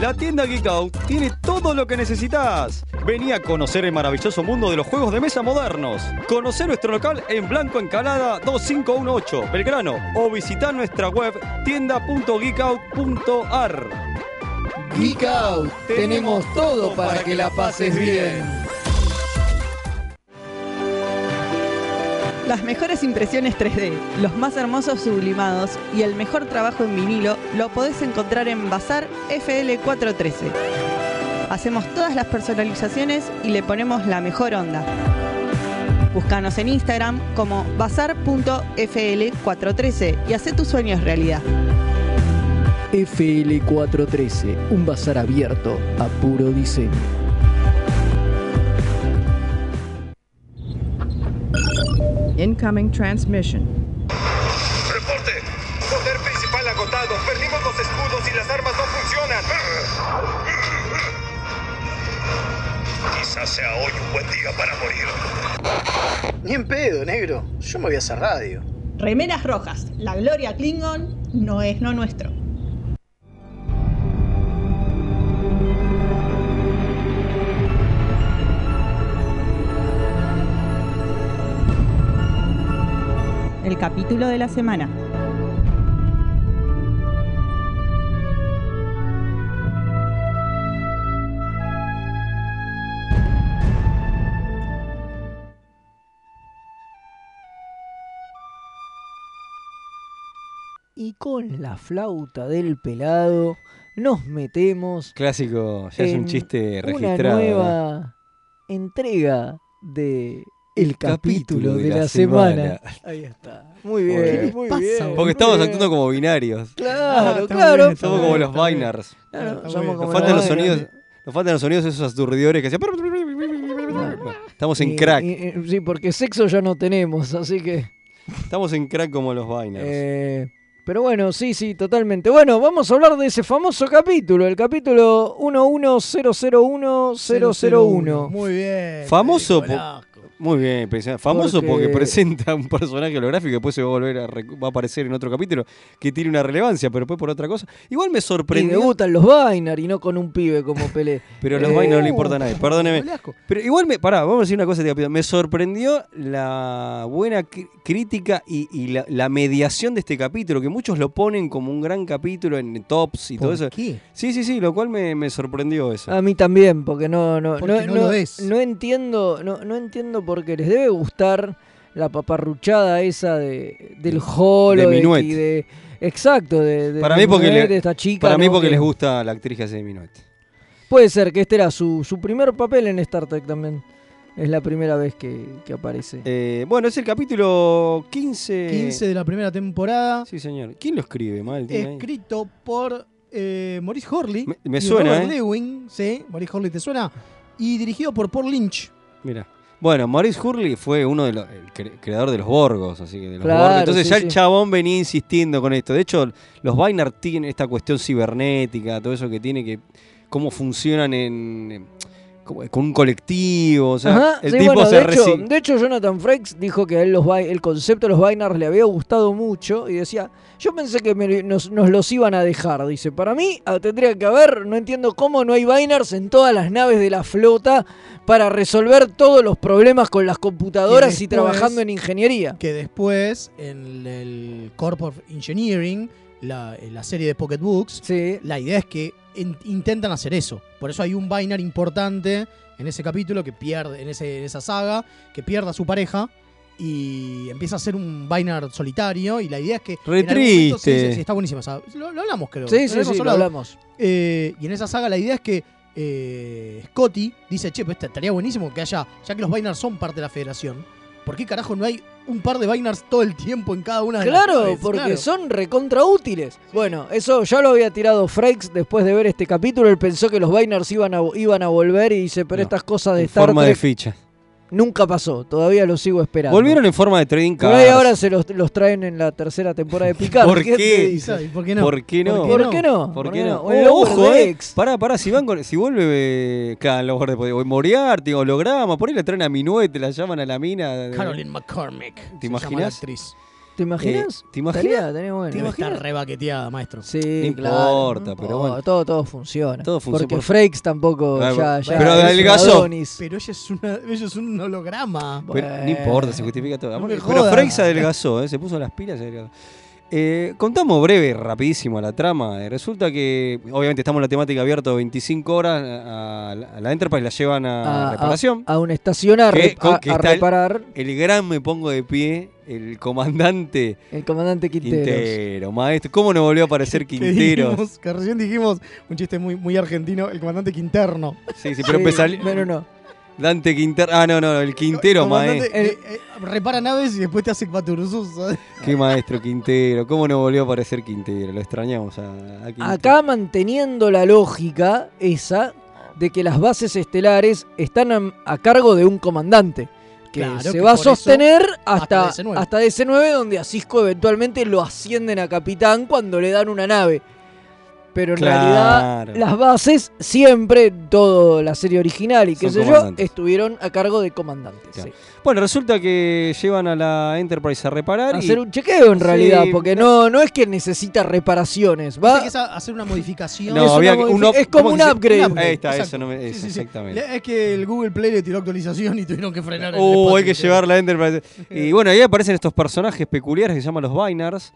B: La tienda Geek Out tiene todo lo que necesitas. Vení a conocer el maravilloso mundo de los juegos de mesa modernos. Conocer nuestro local en Blanco Encalada 2518, Belgrano, o visitar nuestra web tienda.geekout.ar.
A: Geek Out, tenemos todo para que la pases bien.
J: Las mejores impresiones 3D, los más hermosos sublimados y el mejor trabajo en vinilo lo podés encontrar en Bazar FL413. Hacemos todas las personalizaciones y le ponemos la mejor onda. Búscanos en Instagram como bazar.fl413 y haz tus sueños realidad.
A: FL413, un bazar abierto a puro diseño.
K: Incoming transmission.
L: ¡Reporte! Poder principal agotado. Perdimos los escudos y las armas no funcionan.
M: Quizás sea hoy un buen día para morir.
N: Ni en pedo, negro. Yo me voy a hacer radio.
O: Remeras rojas, la gloria Klingon no es no nuestro.
J: El capítulo de la semana.
A: Y con la flauta del pelado nos metemos
B: Clásico, ya es
A: en
B: un chiste
A: una
B: registrado.
A: nueva entrega de El capítulo de la, semana. Ahí está. Muy bien,
B: Porque-
A: muy
B: pasa,
A: bien.
B: Porque estamos actuando Ah, como binarios.
A: Claro,
B: Estamos
A: claro.
B: como- Somos como los binars.
A: Claro,
B: Nos
A: somos como
B: faltan
A: los
B: los sonidos.
A: binars.
B: Nos faltan los sonidos esos aturdidores que hacían.
A: Eh,
B: Estamos en
A: Y-
B: crack.
A: y- y- sí, porque sexo ya no tenemos, así que.
B: Estamos en crack como los binars.
A: eh, pero bueno, sí, sí, totalmente. Bueno, vamos a hablar de ese famoso capítulo, el capítulo 11001001.
C: Muy bien.
B: Famoso. po- Muy bien, pensé- famoso porque...
A: Porque-
B: presenta un personaje holográfico que después se va a volver a recu- va a aparecer en otro capítulo que tiene una relevancia, pero después por otra cosa. Igual me
A: Y
B: sorprendió.
A: debutan los Bainar y no con un pibe como Pelé.
B: *laughs* Pero a los
A: Eh,
B: Vines no le importa a nadie, perdóneme. Pero igual me. Pará, vamos a decir una cosa, te pido. Me sorprendió la buena cri- crítica y, y la, la mediación de este capítulo, que muchos lo ponen como un gran capítulo en tops y todo eso. Sí, sí, sí, lo cual me, me sorprendió eso.
A: A mí también, porque no, no,
B: Porque
A: no,
B: no lo
A: no-
B: es.
A: no entiendo, no, no entiendo por qué les debe gustar la paparruchada esa de, del holo
B: de Minuet.
A: y de- exacto, de, de-
B: para
A: de
B: mí porque,
A: Minuet,
B: le-
A: de esta chica.
B: para mí
A: ¿no?
B: porque
A: que-
B: les gusta la actriz que hace de Minuet.
A: Puede ser que este era su, su primer papel en Star Trek también. Es la primera vez que, que aparece.
B: Eh, bueno, es el capítulo 15.
C: 15 de la primera temporada.
B: Sí, señor. ¿Quién lo escribe, mal?
C: Escrito por eh, Maurice Horley.
B: eh. Me- me
C: y
B: suena,
C: Robert
B: ¿eh?
C: Lewin, sí. Maurice Horley, ¿te suena? Y dirigido por Paul Lynch.
B: Mira. Bueno, Maurice Hurley fue uno de los el cre- creador de los Borgos, así que de los
A: Claro,
B: Borgos. Entonces
A: sí,
B: ya
A: sí.
B: el chabón venía insistiendo con esto. De hecho, los Bainar tienen esta cuestión cibernética, todo eso que tiene que cómo funcionan en en- como- con un colectivo, o sea,
A: Ajá,
B: el
A: sí,
B: tipo
A: bueno,
B: se
A: de, hecho,
B: resi-
A: de hecho, Jonathan Frakes dijo que a él los, Bai- el concepto de los Binars le había gustado mucho y decía, yo pensé que me- nos, nos los iban a dejar, dice, para mí ah, tendría que haber, no entiendo cómo no hay Binars en todas las naves de la flota para resolver todos los problemas con las computadoras y,
C: después-
A: trabajando en ingeniería.
C: Que después, en el Corp of Engineering, la, en la serie de Pocket Books, la idea es que in- intentan hacer eso. Por eso hay un Binar importante en ese capítulo que pierde, en, ese- en esa saga, que pierde a su pareja y empieza a ser un Binar solitario. Y la idea es que.
B: Re
C: en algún momento- sí,
B: triste.
C: sí, sí, está buenísima. esa- Lo, lo hablamos, creo.
A: Sí, sí,
C: hemos
A: sí, lo
C: hablado.
A: hablamos.
C: Eh, y en esa saga la idea es que eh, Scotty dice, che, pues estaría buenísimo que haya, ya que los Binars son parte de la federación, ¿por qué carajo no hay un par de Binars todo el tiempo en cada una de las
A: Claro,
C: naves?"
A: porque
C: Claro.
A: son recontraútiles. Bueno, eso ya lo había tirado Frakes después de ver este capítulo. Él pensó que los Binars iban a, iban a volver y dice, pero
B: No,
A: estas cosas de
B: en
A: Star
B: forma de
A: Trek
B: ficha.
A: nunca pasó. Todavía lo sigo esperando.
B: Volvieron en forma de trading
A: Por
B: cards.
A: ahí ahora se los, los traen en la tercera temporada de
B: *laughs*
A: Picard.
B: ¿Por
A: ¿Quién te
B: qué?
A: dice?
C: ¿Por qué no?
B: ¿Por qué no?
A: ¿Por qué no?
B: ¿Por qué no?
A: ¿Por qué no?
B: Oh,
A: O el
B: ojo, eh.
A: Overdex.
B: Pará, pará, si van con, si vuelve, eh, claro, los verdes, o Moriarty, holograma, por ahí la traen a Minuet, la llaman a la mina. Eh,
C: Caroline McCormick.
B: ¿Te
C: se llama la
B: imaginas?
C: actriz.
A: ¿Te imaginas?
B: Eh, ¿te imaginas?
A: Estaría- estaría bueno.
C: Debe estar rebaqueteada, maestro.
A: Sí,
B: No
A: claro.
B: importa, pero bueno.
A: Todo, todo funciona.
B: Todo funciona,
A: Porque
B: por-
A: Frakes tampoco
B: Ah,
A: ya, ya
B: pero
A: es un
B: adelgazó.
A: Adonis.
C: Pero ella es, una, ella es un holograma.
B: Pero no importa, se justifica todo.
C: no me
B: pero
C: jodas.
B: Frey se adelgazó, eh, se puso las pilas y se adelgazó. Eh, contamos breve, rapidísimo, la trama. Eh, Resulta que, obviamente, estamos en la temática abierta 25 horas. A, a la- a la Enterprise la llevan
A: Ah,
B: a, Ah, reparación.
A: A, una estación a,
B: que-
A: rep- a-
B: que
A: a
B: está el-
A: reparar
B: El, gran me pongo de pie, el comandante
A: el, comandante Quintero.
B: Quintero. Maestro, ¿cómo no volvió a
C: *laughs*
B: aparecer
C: Que
B: Quintero?
C: dijimos- que recién dijimos un chiste muy, muy argentino, el comandante Quinterno.
B: Sí, sí, pero empezar-
A: Pero no.
B: Dante Quintero. Ah, no, no, el Quintero, maestro.
C: Comandante, eh, eh, repara naves y después te hace Paturuzuz.
B: Qué maestro Quintero. ¿Cómo no volvió a aparecer Quintero? Lo extrañamos a, a Quintero.
A: Acá manteniendo la lógica esa de que las bases estelares están am- a, cargo de un comandante. Que
C: Claro,
A: se
C: que
A: va a
C: por eso
A: sostener hasta,
C: hasta
A: hasta,
C: DC9.
A: DC9. donde a Cisco eventualmente lo ascienden a capitán cuando le dan una nave. Pero en
B: Claro.
A: realidad las bases siempre, toda la serie original y qué
B: Son
A: sé yo,
B: comandantes.
A: estuvieron a cargo de comandantes.
B: Claro.
A: sí.
B: Bueno, resulta que llevan a la Enterprise a reparar. y-
A: Hacer un chequeo en
B: Sí,
A: realidad, porque no, no es que necesita reparaciones,
C: Hay
A: va
C: que sa- hacer una modificación.
B: No, había que- un up-
A: Ah. es como
B: ¿cómo
A: un
B: se dice?
A: upgrade.
B: Ahí está,
C: Exacto.
B: eso no me.
C: Sí,
B: eso,
C: sí, sí.
B: exactamente.
C: Le- Es que el Google Play le tiró actualización y tuvieron que frenar el
B: Oh,
C: espacio
B: hay que
C: entero.
B: llevar la Enterprise. Y bueno, ahí aparecen estos personajes peculiares que se llaman los Binars.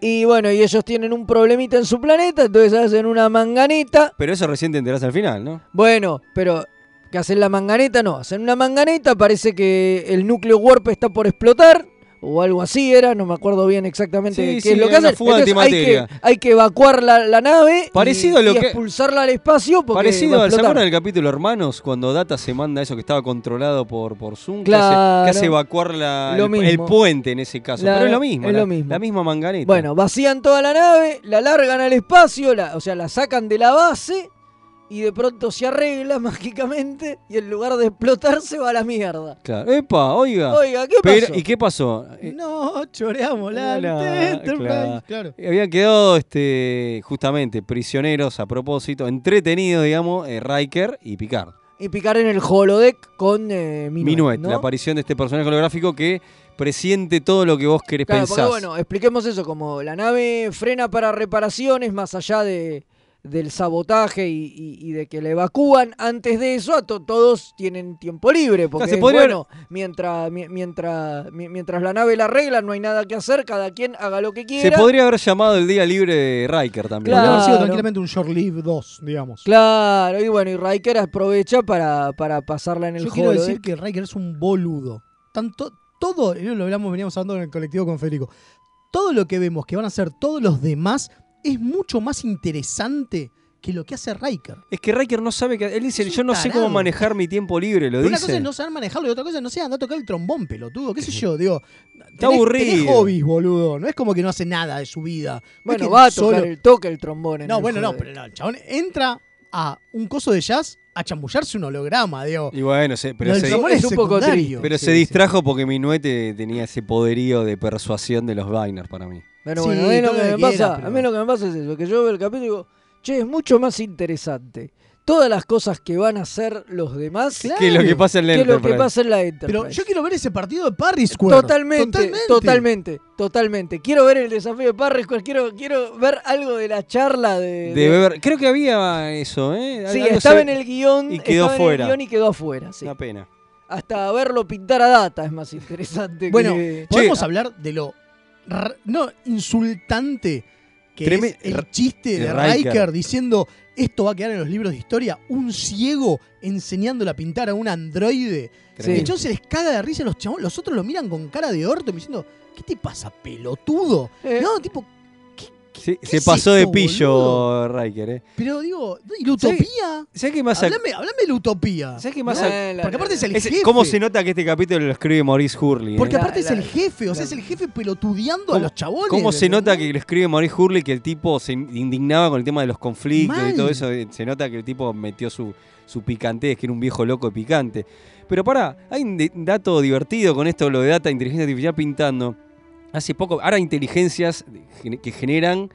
A: Y bueno, y ellos tienen un problemita en su planeta, entonces hacen una manganeta.
B: Pero eso recién te enterás al final, ¿no?
A: Bueno, pero que hacen la manganeta, no, hacen una manganeta, parece que el núcleo warp está por explotar. O algo así era, no me acuerdo bien exactamente
B: Sí,
A: qué
B: sí,
A: es lo
B: hay
A: que
B: una
A: hacen.
B: fuga de
A: Entonces, hay, que,
B: antimateria.
A: hay que evacuar la, la nave y-
B: Parecido a lo
A: y
B: que-
A: expulsarla al espacio porque
B: Parecido
A: va a
B: al. ¿Se
A: explotar.
B: acuerdan del capítulo Hermanos? Cuando Data se manda eso que estaba controlado por, por Zoom.
A: Claro.
B: Que, hace, que hace evacuar la,
A: Lo
B: el,
A: mismo.
B: el puente en ese caso.
A: La-
B: Pero es lo mismo.
A: es
B: la,
A: lo mismo.
B: la misma manganeta.
A: Bueno, vacían toda la nave, la largan al espacio, la- o sea, la sacan de la base y de pronto se arregla *laughs* mágicamente y en lugar de explotar se va a la mierda.
B: Claro. Epa, oiga.
A: Oiga, ¿qué pasó?
B: Ah. ¿Y qué pasó?
C: Eh,
B: Eh,
C: No, choreamos la
B: Hola,
C: Enterprise.
B: claro.
C: Claro.
B: Habían quedado este, justamente prisioneros a propósito, entretenidos, digamos, eh, Riker y Picard.
A: Y picar en el holodeck con eh, Minuet.
B: Minuet,
A: ¿no?
B: la aparición de este personaje holográfico que presiente todo lo que vos querés
A: Claro,
B: pensar.
A: porque bueno, expliquemos eso, como la nave frena para reparaciones, más allá de, del sabotaje y, y- y de que la evacúan, antes de eso a to- todos tienen tiempo libre, porque
B: se
A: es
B: podría
A: bueno, mientras, mi- mientras, mi- mientras la nave la arregla no hay nada que hacer, cada quien haga lo que
B: Se
A: quiera.
B: podría haber llamado el día libre de Riker también.
C: Podría haber sido
A: Claro.
C: tranquilamente un short live 2, digamos.
A: Claro, y bueno, y Riker aprovecha para, para pasarla en el eh.
C: Yo
A: juego.
C: quiero decir que Riker es un boludo. Tanto, todo, y lo hablamos, veníamos hablando en el colectivo con Federico. Todo lo que vemos que van a hacer todos los demás es mucho más interesante que lo que hace Riker.
B: Es que Riker no sabe que. Él dice,
C: Es un
B: yo no sé
C: tarado.
B: cómo manejar mi tiempo libre, lo
C: Pero Una
B: dice.
C: cosa es no saber manejarlo y otra cosa es no sé andar a tocar el trombón, pelotudo. ¿Qué sé yo?
A: *laughs*
C: Digo,
B: Está
C: tenés-
B: aburrido.
C: tenés hobbies, boludo. No es como que no hace nada de su vida. No es
A: Bueno,
C: que
A: va a
C: solo-
A: tocar el, toca el trombón. en
C: No,
A: el
C: bueno, no,
A: juego.
C: pero no, el chabón entra a un coso de jazz a chambullarse un holograma, digo.
B: Y bueno, se- pero,
C: Lo del
B: se,
C: trombón
A: es un poco
C: secundario.
B: pero se distrajo porque Minuet eh, tenía ese poderío de persuasión de los Biners para mí.
A: Pero
C: Sí,
A: bueno, a mí, lo
C: todo
A: que
C: lo
A: me
C: que
A: pasa,
C: quieras,
A: a
C: pero-
A: mí lo que me pasa es eso, que yo veo el capítulo y digo, che, es mucho más interesante. Todas las cosas que van a hacer los demás
C: Claro.
B: Que lo que pasa en la
A: que lo que
B: Enterprise.
A: pasa en la Enterprise.
C: Pero yo quiero ver ese partido de Parry Square.
A: totalmente, totalmente, totalmente, Quiero ver el desafío de Parris, quiero, quiero ver algo de la charla de...
B: De Weber. Creo que había eso, ¿eh?
A: Sí,
B: Algo
A: estaba
B: se-
A: en el guión
B: y quedó
A: estaba en el
B: fuera.
A: guión y quedó afuera. sí.
B: Una pena.
A: Hasta verlo pintar a data es más interesante.
C: Bueno,
A: que...
C: podemos hablar de lo r- no insultante que
B: Treme-
C: es el
B: r-
C: chiste de
B: de
C: Riker.
B: Riker.
C: diciendo esto va a quedar en los libros de historia, un ciego enseñándole a pintar a un androide.
A: Sí.
C: Y entonces se les caga de risa los chavos, los otros lo miran con cara de orto y diciendo, ¿qué te pasa, pelotudo?
A: Eh.
C: *laughs* No, tipo,
B: Sí,
C: ¿Qué
B: se
C: es
B: pasó de
C: esto,
B: pillo
C: boludo?
B: Riker, ¿eh?
C: pero digo, ¿y la utopía?
B: ¿Sabes qué más ac-
C: Háblame, háblame de la utopía.
B: ¿Sabés qué más
C: ¿no?
B: ac-
A: Eh, la-
C: Porque aparte es el
B: Es-
C: jefe.
B: ¿Cómo se nota que este capítulo lo escribe Maurice Hurley? eh?
C: Porque
A: La-
C: aparte es
A: la-
C: el jefe, o sea, es el jefe pelotudeando a
B: ¿Cómo-
C: los chabones.
B: ¿Cómo se
C: ¿entendés?
B: nota que lo escribe Maurice Hurley que el tipo se in- indignaba con el tema de los conflictos
C: Mal.
B: y todo eso? Eh, Se nota que el tipo metió su, su picantez, que era un viejo loco de picante. Pero pará, hay un de- dato divertido con esto, lo de data, inteligencia artificial pintando. Hace poco, ahora hay inteligencias gen- que generan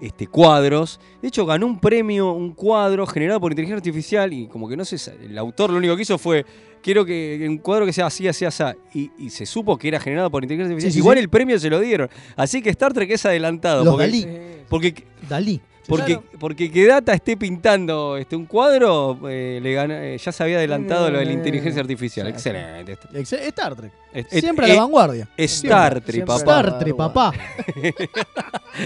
B: este, cuadros. De hecho, ganó un premio, un cuadro generado por inteligencia artificial y como que no sé, el autor lo único que hizo fue, quiero que un cuadro que sea así, así, así. Y, y se supo que era generado por inteligencia artificial.
C: Sí, sí,
B: Igual
C: sí.
B: el premio se lo dieron. Así que Star Trek es adelantado.
C: Los
B: porque,
C: Dalí.
B: Porque,
C: Dalí.
B: porque, porque que Data esté pintando este, un cuadro, eh, le gana- eh, ya se había adelantado lo de la
A: Mm,
B: inteligencia artificial. Excelente.
C: Ex- Star Trek.
B: Es- es-
C: Siempre a
B: eh,
C: la vanguardia.
B: Star Trek,
A: Siempre
B: papá.
A: a la
C: Star Trek, papá.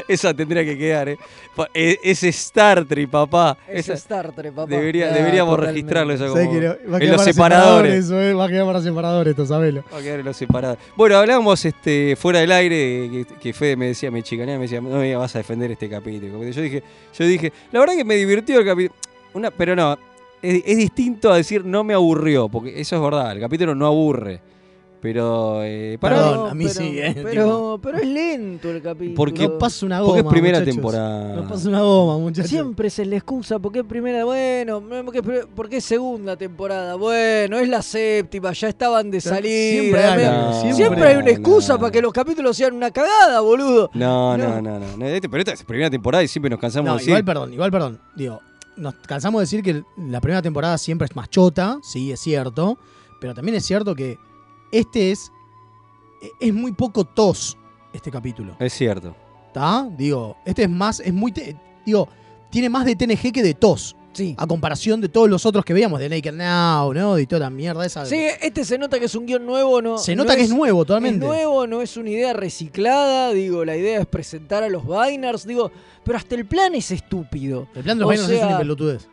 B: Esa tendría que quedar, ¿eh? Pa- e- Es Star Trek, papá.
A: Es
B: Esa-
A: Star Trek, papá.
B: debería-
A: Ah,
B: deberíamos
A: totalmente.
B: registrarlo eso
C: Sabés
B: como-
C: que lo- va a
B: en
C: quedar
B: los
C: para
B: separadores.
C: separadores. eh, Va a quedar para separadores esto, sabelo.
B: *laughs* Va a quedar en los separadores. Bueno, hablábamos este, fuera del aire eh, que, que Fede me decía, me chicaneaba, me decía, no me vas a defender este capítulo. Como que Yo dije, yo dije, la verdad que me divirtió el capítulo. Una, pero no, es, es distinto a decir no me aburrió, porque eso es verdad, el capítulo no aburre. Pero. eh, para
C: Perdón,
B: mí-
C: a mí sí, eh, tipo,
A: Pero, pero es lento el capítulo.
B: Porque,
C: No pasa una
B: porque
C: goma,
B: es primera
C: muchachos.
B: temporada.
C: No pasa una goma, muchachos.
A: Siempre se le excusa porque es primera, bueno, no, porque es pri- porque es segunda temporada, bueno, es la séptima, ya estaban de
C: Pero
A: salir.
C: siempre hay algo,
A: siempre,
B: siempre.
A: hay una excusa para que los capítulos sean una cagada, boludo.
B: No, no, no, no. no, este- pero esta es primera temporada y siempre nos cansamos
C: No,
B: de decir.
C: igual perdón, igual perdón. Digo, nos cansamos de decir que la primera temporada siempre es más chota, sí, es cierto. Pero también es cierto que este es. e-, Es muy poco tos, este capítulo.
B: Es cierto.
C: ¿Está? Digo, este es más. Es muy. te- digo, tiene más de TNG que de tos.
A: Sí.
C: A comparación de todos los otros que veíamos, de Naked Now, ¿no? De toda la mierda esa.
A: Sí, este se nota que es un guión nuevo, ¿no?
C: Se
A: no
C: nota que es nuevo, totalmente.
A: Es nuevo, no es una idea reciclada, digo, la idea es presentar a los Biners, digo, pero hasta el plan es estúpido.
C: El plan de los
A: O
C: Biners es
A: sea,
C: una pelotudez.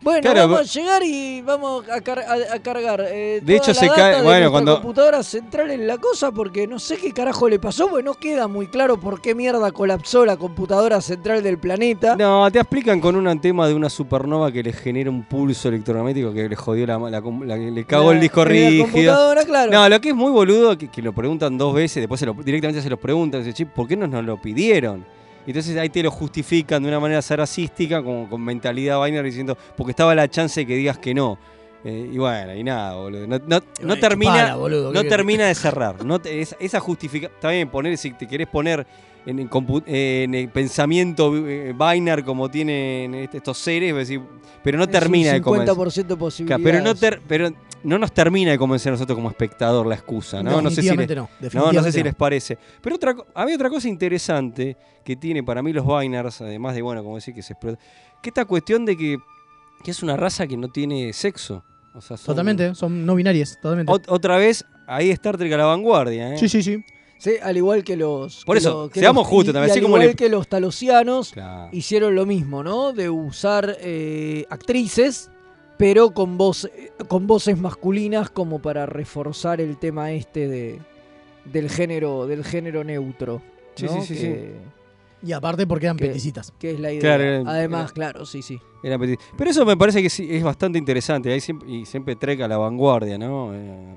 A: Bueno,
B: Claro,
A: vamos a
B: pero-
A: llegar y vamos a, car- a- a cargar. eh,
B: De
A: toda
B: hecho,
A: la
B: se
A: data
B: cae-
A: de
B: bueno,
A: nuestra
B: cuando-
A: computadora central en la cosa porque no sé qué carajo le pasó, porque no queda muy claro por qué mierda colapsó la computadora central del planeta.
B: No, te explican con un tema de una supernova que le genera un pulso electromagnético que le jodió la, la com- la- le cagó el disco
A: la
B: rígido.
A: computadora, claro.
B: No, lo que es muy boludo que, que lo preguntan dos veces, después se lo- directamente se los preguntan, dice, "Che, ¿por qué no nos lo pidieron? Y Entonces ahí te lo justifican de una manera saracística, como con mentalidad Biner diciendo, porque estaba la chance de que digas que no. Eh, y bueno, y nada, boludo. No, no- no
C: chupala,
B: termina,
C: boludo,
B: no
C: ¿qué-
B: termina de cerrar. No te- esa, esa justifica. Está bien poner, si te querés poner en el, compu- eh, en el pensamiento eh, Binar como tienen este- estos seres, vos decís, pero no termina de
A: es un
B: convencer.
A: 50% de posibilidades.
B: Claro, pero no ter- pero no nos termina de convencer a nosotros como espectador la excusa, ¿no? No sé si
C: Definitivamente
B: le-
C: no,
B: no, no sé
C: definitivamente
B: si
C: no.
B: les parece. Pero otra, co- había otra cosa interesante que tiene para mí los Binars, además de, bueno, como decir que se explota, que esta cuestión de que, que es una raza que no tiene sexo. O sea, son-
C: Totalmente, son no binarias, totalmente.
B: Ot- otra vez, ahí Star Trek a la vanguardia, ¿eh?
C: Sí, sí, sí.
A: Sí, al igual que los.
B: Por
A: que
B: eso,
A: los- que
B: seamos
A: los-
B: justos
A: y-
B: también,
A: y
B: así
A: al
B: como
A: igual
B: le-
A: que los talosianos
B: Claro.
A: hicieron lo mismo, ¿no? De usar eh, actrices, pero con, voz, con voces masculinas como para reforzar el tema este de, del, género, del género neutro.
B: Sí,
A: ¿no?
B: sí, sí,
A: que,
C: Y aparte porque eran
A: Que-
C: peticitas.
A: que es la idea.
B: Claro,
C: eh,
B: era-
A: Además,
B: era-
A: claro, sí, sí.
B: Era petit- Pero eso me parece que sí, es bastante interesante. Ahí siempre, y siempre Trek a la vanguardia, ¿no? Eh,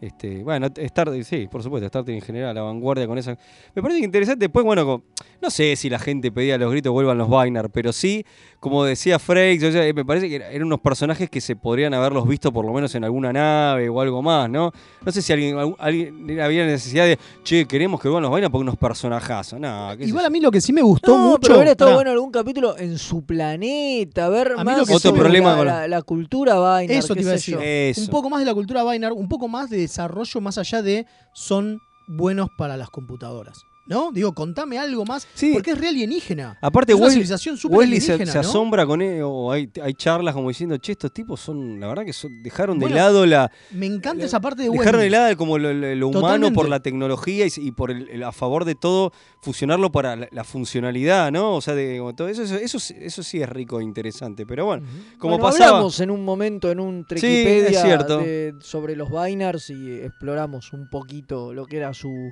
B: este, bueno, Star, sí, por supuesto, Star Trek en general, a la vanguardia con esa. Me parece que interesante. Después, bueno, como- no sé si la gente pedía los gritos vuelvan los Biner, pero sí, como decía Freik, o sea, eh, me parece que era- eran unos personajes que se podrían haberlos visto por lo menos en alguna nave o algo más, ¿no? No sé si alguien, algún- alguien había necesidad de, che, queremos que vuelvan los Biner porque unos personajazos. No, qué sé
C: Igual a mí lo que sí me gustó
A: No,
C: mucho.
A: pero hubiera estado
C: Pará.
A: bueno algún capítulo en su planeta, ver
C: mí
A: más
C: lo que
B: Otro sí me- problema
A: la,
B: con la-
A: la- la cultura vaina.
C: Eso te iba a decir.
B: Eso.
C: Un poco más de la cultura Binar, un poco más de desarrollo más allá de son buenos para las computadoras. ¿No? Digo, contame algo más.
B: Sí.
C: Porque es re alienígena.
B: Aparte,
C: es una
B: Wesley-
C: civilización súper
B: Wesley se,
C: alienígena,
B: se
C: ¿no?
B: asombra con él, o hay, hay charlas como diciendo, che, estos tipos son, la verdad que son- dejaron de
C: Bueno,
B: lado la...
C: Me encanta esa parte de
B: Dejaron de
C: Wesley.
B: lado como lo, lo- lo humano
C: Totalmente.
B: por la tecnología y, s- y por el, el- a favor de todo, fusionarlo para la, la funcionalidad, ¿no? O sea, de, como todo eso, eso, eso, sí- eso sí es rico e interesante. Pero *laughs* bueno, como
A: Bueno,
B: pasaba...
A: hablamos en un momento en un
B: es
A: Trekipedia
B: cierto.
A: de- sobre los Binars y exploramos un poquito lo que era su,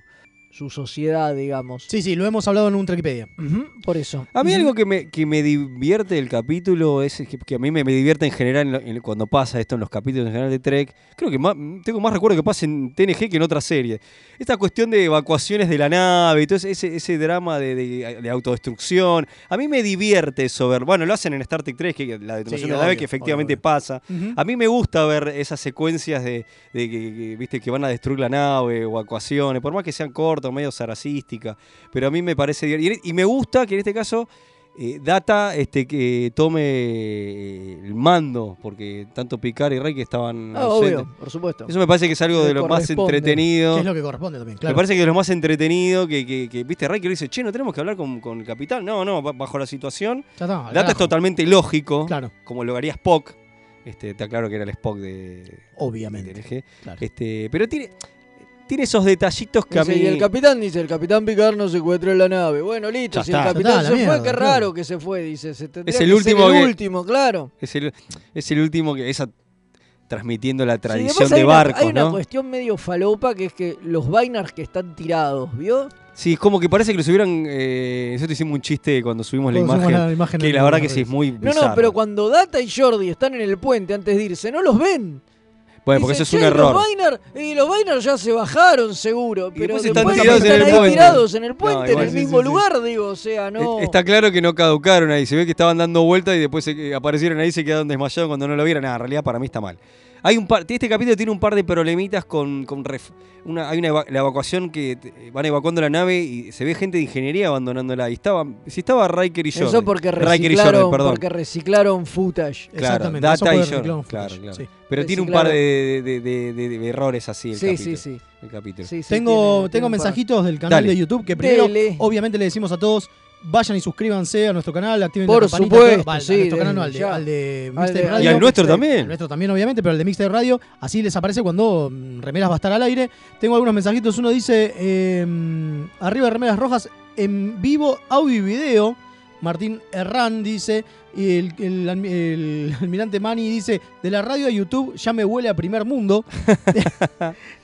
A: su sociedad, digamos.
C: Sí, sí, lo hemos hablado en un Trekipedia.
A: Ujú, por eso.
B: A mí algo que me, que me divierte del capítulo es que, que a mí me, me divierte en general en lo- en- cuando pasa esto en los capítulos en general de Trek. Creo que más- tengo más recuerdo que pasa en TNG que en otras series. Esta cuestión de evacuaciones de la nave y todo ese, ese- ese drama de, de- de autodestrucción. A mí me divierte eso ver. Bueno, lo hacen en Star Trek 3, que la detonación
C: Sí,
B: de la nave
C: obvio,
B: que efectivamente
C: obvio, obvio.
B: pasa.
C: Ujú.
B: A mí me gusta ver esas secuencias de, de que, que, viste, que van a destruir la nave, evacuaciones, por más que sean cortas, medio saracísticas, pero a mí me parece divertido. Y me gusta que en este caso eh, Data este, que tome eh, el mando, porque tanto Picard y Rey que estaban
A: Ah,
B: ausentes.
A: obvio, por supuesto.
B: Eso me parece que es algo
A: Le
B: de lo más
A: corresponde.
B: entretenido.
C: Que es lo que corresponde también, claro.
B: Me parece que es lo más entretenido que, que- que, viste, Rey que le dice, che, no tenemos que hablar con, con el capitán. No, no, ba- bajo la situación.
C: Ya está, al
B: Data es
C: carajo.
B: totalmente lógico,
C: Claro.
B: como lo haría Spock. Este, está claro que era el Spock de,
C: Obviamente.
B: de TNG.
C: Claro.
B: Este, pero tiene, tiene esos detallitos que a
A: Dice,
B: mí...
A: y el capitán dice, el capitán Picard no se encuentra en la nave. Bueno, listo,
B: Ya
A: si
B: está.
A: el
C: Ya
A: capitán
C: está,
A: se
C: la
A: fue,
C: mierda,
A: qué
C: claro.
A: raro que se fue, dice. Se tendría
B: Es
A: que
B: el
A: ser
B: último
A: el
B: que-
A: último, claro.
B: Es el, es el último que esa transmitiendo la
A: Sí,
B: tradición
A: después hay
B: de
A: una-
B: barcos,
A: Hay una
B: ¿no?
A: cuestión medio falopa que es que los vainars que están tirados, ¿vio?
B: Sí, es como que parece que los hubieran. Eh, nosotros hicimos un chiste cuando subimos la
A: Cuando
B: imagen.
A: subimos la imagen
B: que
A: en
B: la
A: las
B: verdad que
A: redes.
B: sí, es muy
A: No,
B: bizarro.
A: no, pero cuando Data y Jordi están en el puente antes de irse, no los ven.
B: Bueno, porque eso es un
A: Che,
B: error.
A: Los Vainar, y los Vainar ya se bajaron seguro, pero
B: después
A: después
B: están
A: están,
B: tirados en el
A: ahí
B: puente.
A: tirados en el
B: No,
A: puente,
B: igual,
A: en el
B: sí,
A: mismo
B: sí, sí.
A: lugar, digo, o sea, no.
B: E-, Está claro que no caducaron ahí. Se ve que estaban dando vueltas y después se, que aparecieron ahí y se quedaron desmayados cuando no lo vieron. Nada, en realidad para mí está mal. Hay un par, este capítulo tiene un par de problemitas con, con ref- una, hay una eva- la evacuación que te- van evacuando la nave y se ve gente de ingeniería abandonándola. Y estaba, si estaba Riker y Jordi.
A: Eso porque
B: Riker y
A: reciclaron,
B: Jordi, perdón.
A: porque reciclaron footage.
B: Claro, Data y Jordi. Claro, claro. Pero tiene un par de, de- de- de- de- de errores así el
A: Sí, sí,
B: capítulo.
A: sí.
B: El capítulo.
A: Sí, sí,
C: tengo
A: tiene- tiene
C: tengo
A: un par.
C: mensajitos del canal
B: Dale.
C: de YouTube que primero,
A: Dele.
C: obviamente, le decimos a todos. Vayan y suscríbanse a nuestro canal, activen
A: Por
C: la campanita.
A: supuesto,
C: todo. Va,
A: sí,
C: a nuestro canal, no, al
A: desde
C: de,
A: ya.
C: al de
A: Al
C: Mixtape
A: de- al
C: Radio.
B: Y al nuestro
C: Mixtape.
B: también.
C: Al nuestro también, obviamente, pero al de Mixtape Radio. Así les aparece cuando mm, Remeras va a estar al aire. Tengo algunos mensajitos. Uno dice, eh, arriba de Remeras Rojas, en vivo, audio y video. Martín Herrán dice, y el, el alm- el *laughs* almirante Mani dice, de la radio a YouTube ya me huele a primer mundo. *laughs*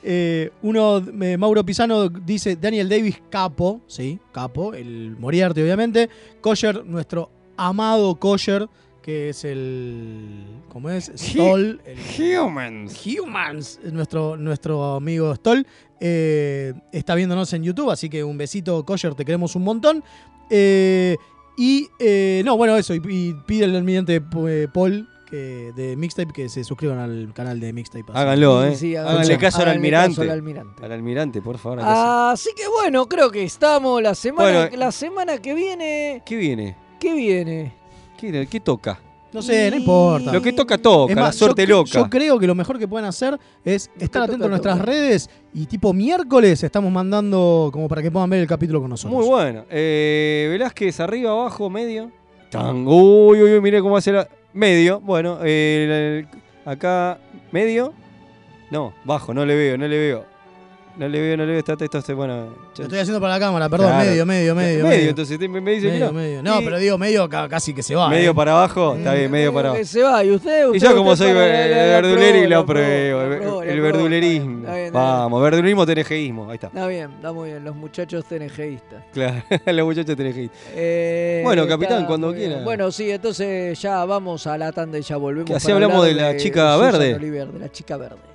C: Eh, uno, eh, Mauro Pisano dice Daniel Davis, capo, sí, capo, el Moriarty, obviamente. Kosher, nuestro amado Kosher, que es el. ¿Cómo es? Stoll. el-
B: Humans.
C: Humans, nuestro, nuestro amigo Stoll, eh, está viéndonos en YouTube, así que un besito, Kosher, te queremos un montón. Eh, y, eh, no, bueno, eso, y, y pide al almirante eh, Paul que, de Mixtape que se suscriban al canal de Mixtape. así.
B: Háganlo,
A: Sí,
B: ¿eh?
A: sí, háganlo.
B: Háganle caso al
A: Háganle
B: almirante.
A: caso al almirante.
B: Al almirante, por favor. háganle
C: Ah.
A: Así
B: caso.
A: que bueno, creo que estamos la semana,
B: Bueno,
A: la semana que viene.
B: ¿Qué viene?
A: ¿Qué viene?
B: ¿Qué, qué toca?
C: No sé, no importa.
B: Lo que toca, toca.
C: Es
B: la
C: más, yo
B: suerte
C: cre-
B: loca.
C: Yo creo que lo mejor que pueden hacer es estar atentos
A: toca,
C: a nuestras
A: toca.
C: redes y tipo miércoles estamos mandando como para que puedan ver el capítulo con nosotros.
B: Muy bueno. Eh, Velázquez, arriba, abajo, medio. Tan. Uy, uy, uy, mire cómo hace la. Medio. Bueno, eh, el- acá, medio. No, bajo, no le veo, no le veo. No le veo, no le veo. Está, está, está- bueno.
C: Lo estoy haciendo para la cámara, perdón,
B: Claro.
C: medio, medio, medio.
B: Medio, entonces te- me, me dice,
C: medio,
B: mirá.
C: medio. No,
B: Y
C: pero digo medio ca- casi que se va.
B: medio
C: eh.
B: para abajo, está bien, medio para
A: Que
B: abajo.
A: se va, y usted,
B: Y
A: usted-
B: yo como
A: usted
B: soy
A: para-
B: ver-
A: la- la- la
B: verduleri, lo
A: apruebo,
B: apruebo.
A: la
B: El,
A: apruebo, la
B: el
A: apruebo.
B: verdulerismo.
A: Está bien, está bien.
B: Vamos, verdulerismo, tenejeísmo. Ahí está. *laughs*
A: Está bien, está muy bien, los muchachos tenejeístas.
B: Claro, los muchachos tenejeístas.
A: Eh,
B: Bueno,
A: está
B: capitán, cuando
A: muy bien.
B: quiera.
A: Bueno, sí, entonces ya vamos a la tanda y ya volvemos.
B: Que así
A: para
B: hablamos
A: hablar
B: de la chica
A: Susan
B: verde.
A: Oliver, de la chica verde.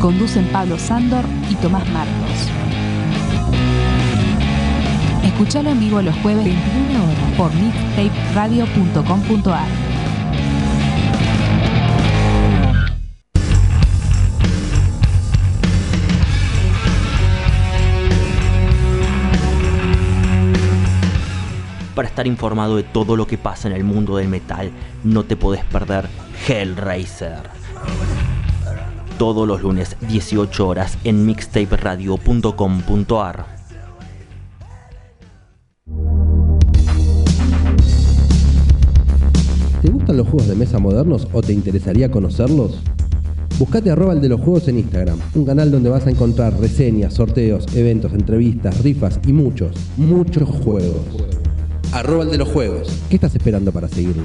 J: Conducen Pablo Sándor y Tomás Marcos. Escuchalo en vivo los jueves 21 horas por mixtaperadio.com.ar.
P: Para estar informado de todo lo que pasa en el mundo del metal, no te podés perder Hellraiser. Todos los lunes, 18 horas, en mixtaperadio.com.ar.
Q: ¿Te gustan los juegos de mesa modernos o te interesaría conocerlos? Buscate arroba el de los juegos en Instagram, un canal donde vas a encontrar reseñas, sorteos, eventos, entrevistas, rifas y muchos, muchos juegos. Arroba el de los juegos. ¿Qué estás esperando para seguirlo?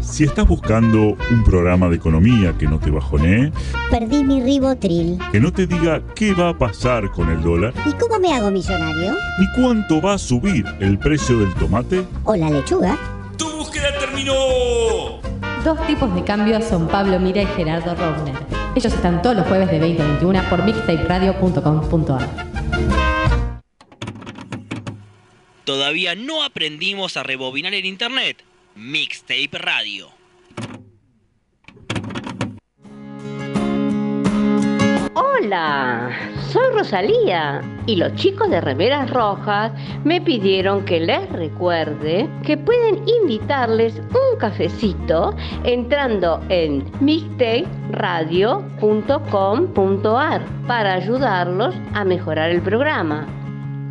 R: Si estás buscando un programa de economía que no te bajonee,
D: Perdí mi ribotril.
R: que no te diga qué va a pasar con el dólar,
D: ¿Y cómo me hago millonario?
R: ni cuánto va a subir el precio del tomate,
D: ¿O la lechuga?
S: ¡Tu búsqueda terminó!
T: Dos tipos de cambios son Pablo Mira y Gerardo Rovner. Ellos están todos los jueves de 20 a 21 por mixtaperadio.com.ar.
U: Todavía no aprendimos a rebobinar en internet. Mixtape Radio.
V: Hola, soy Rosalía y los chicos de Remeras Rojas me pidieron que les recuerde que pueden invitarles un cafecito entrando en mixtaperadio.com.ar para ayudarlos a mejorar el programa.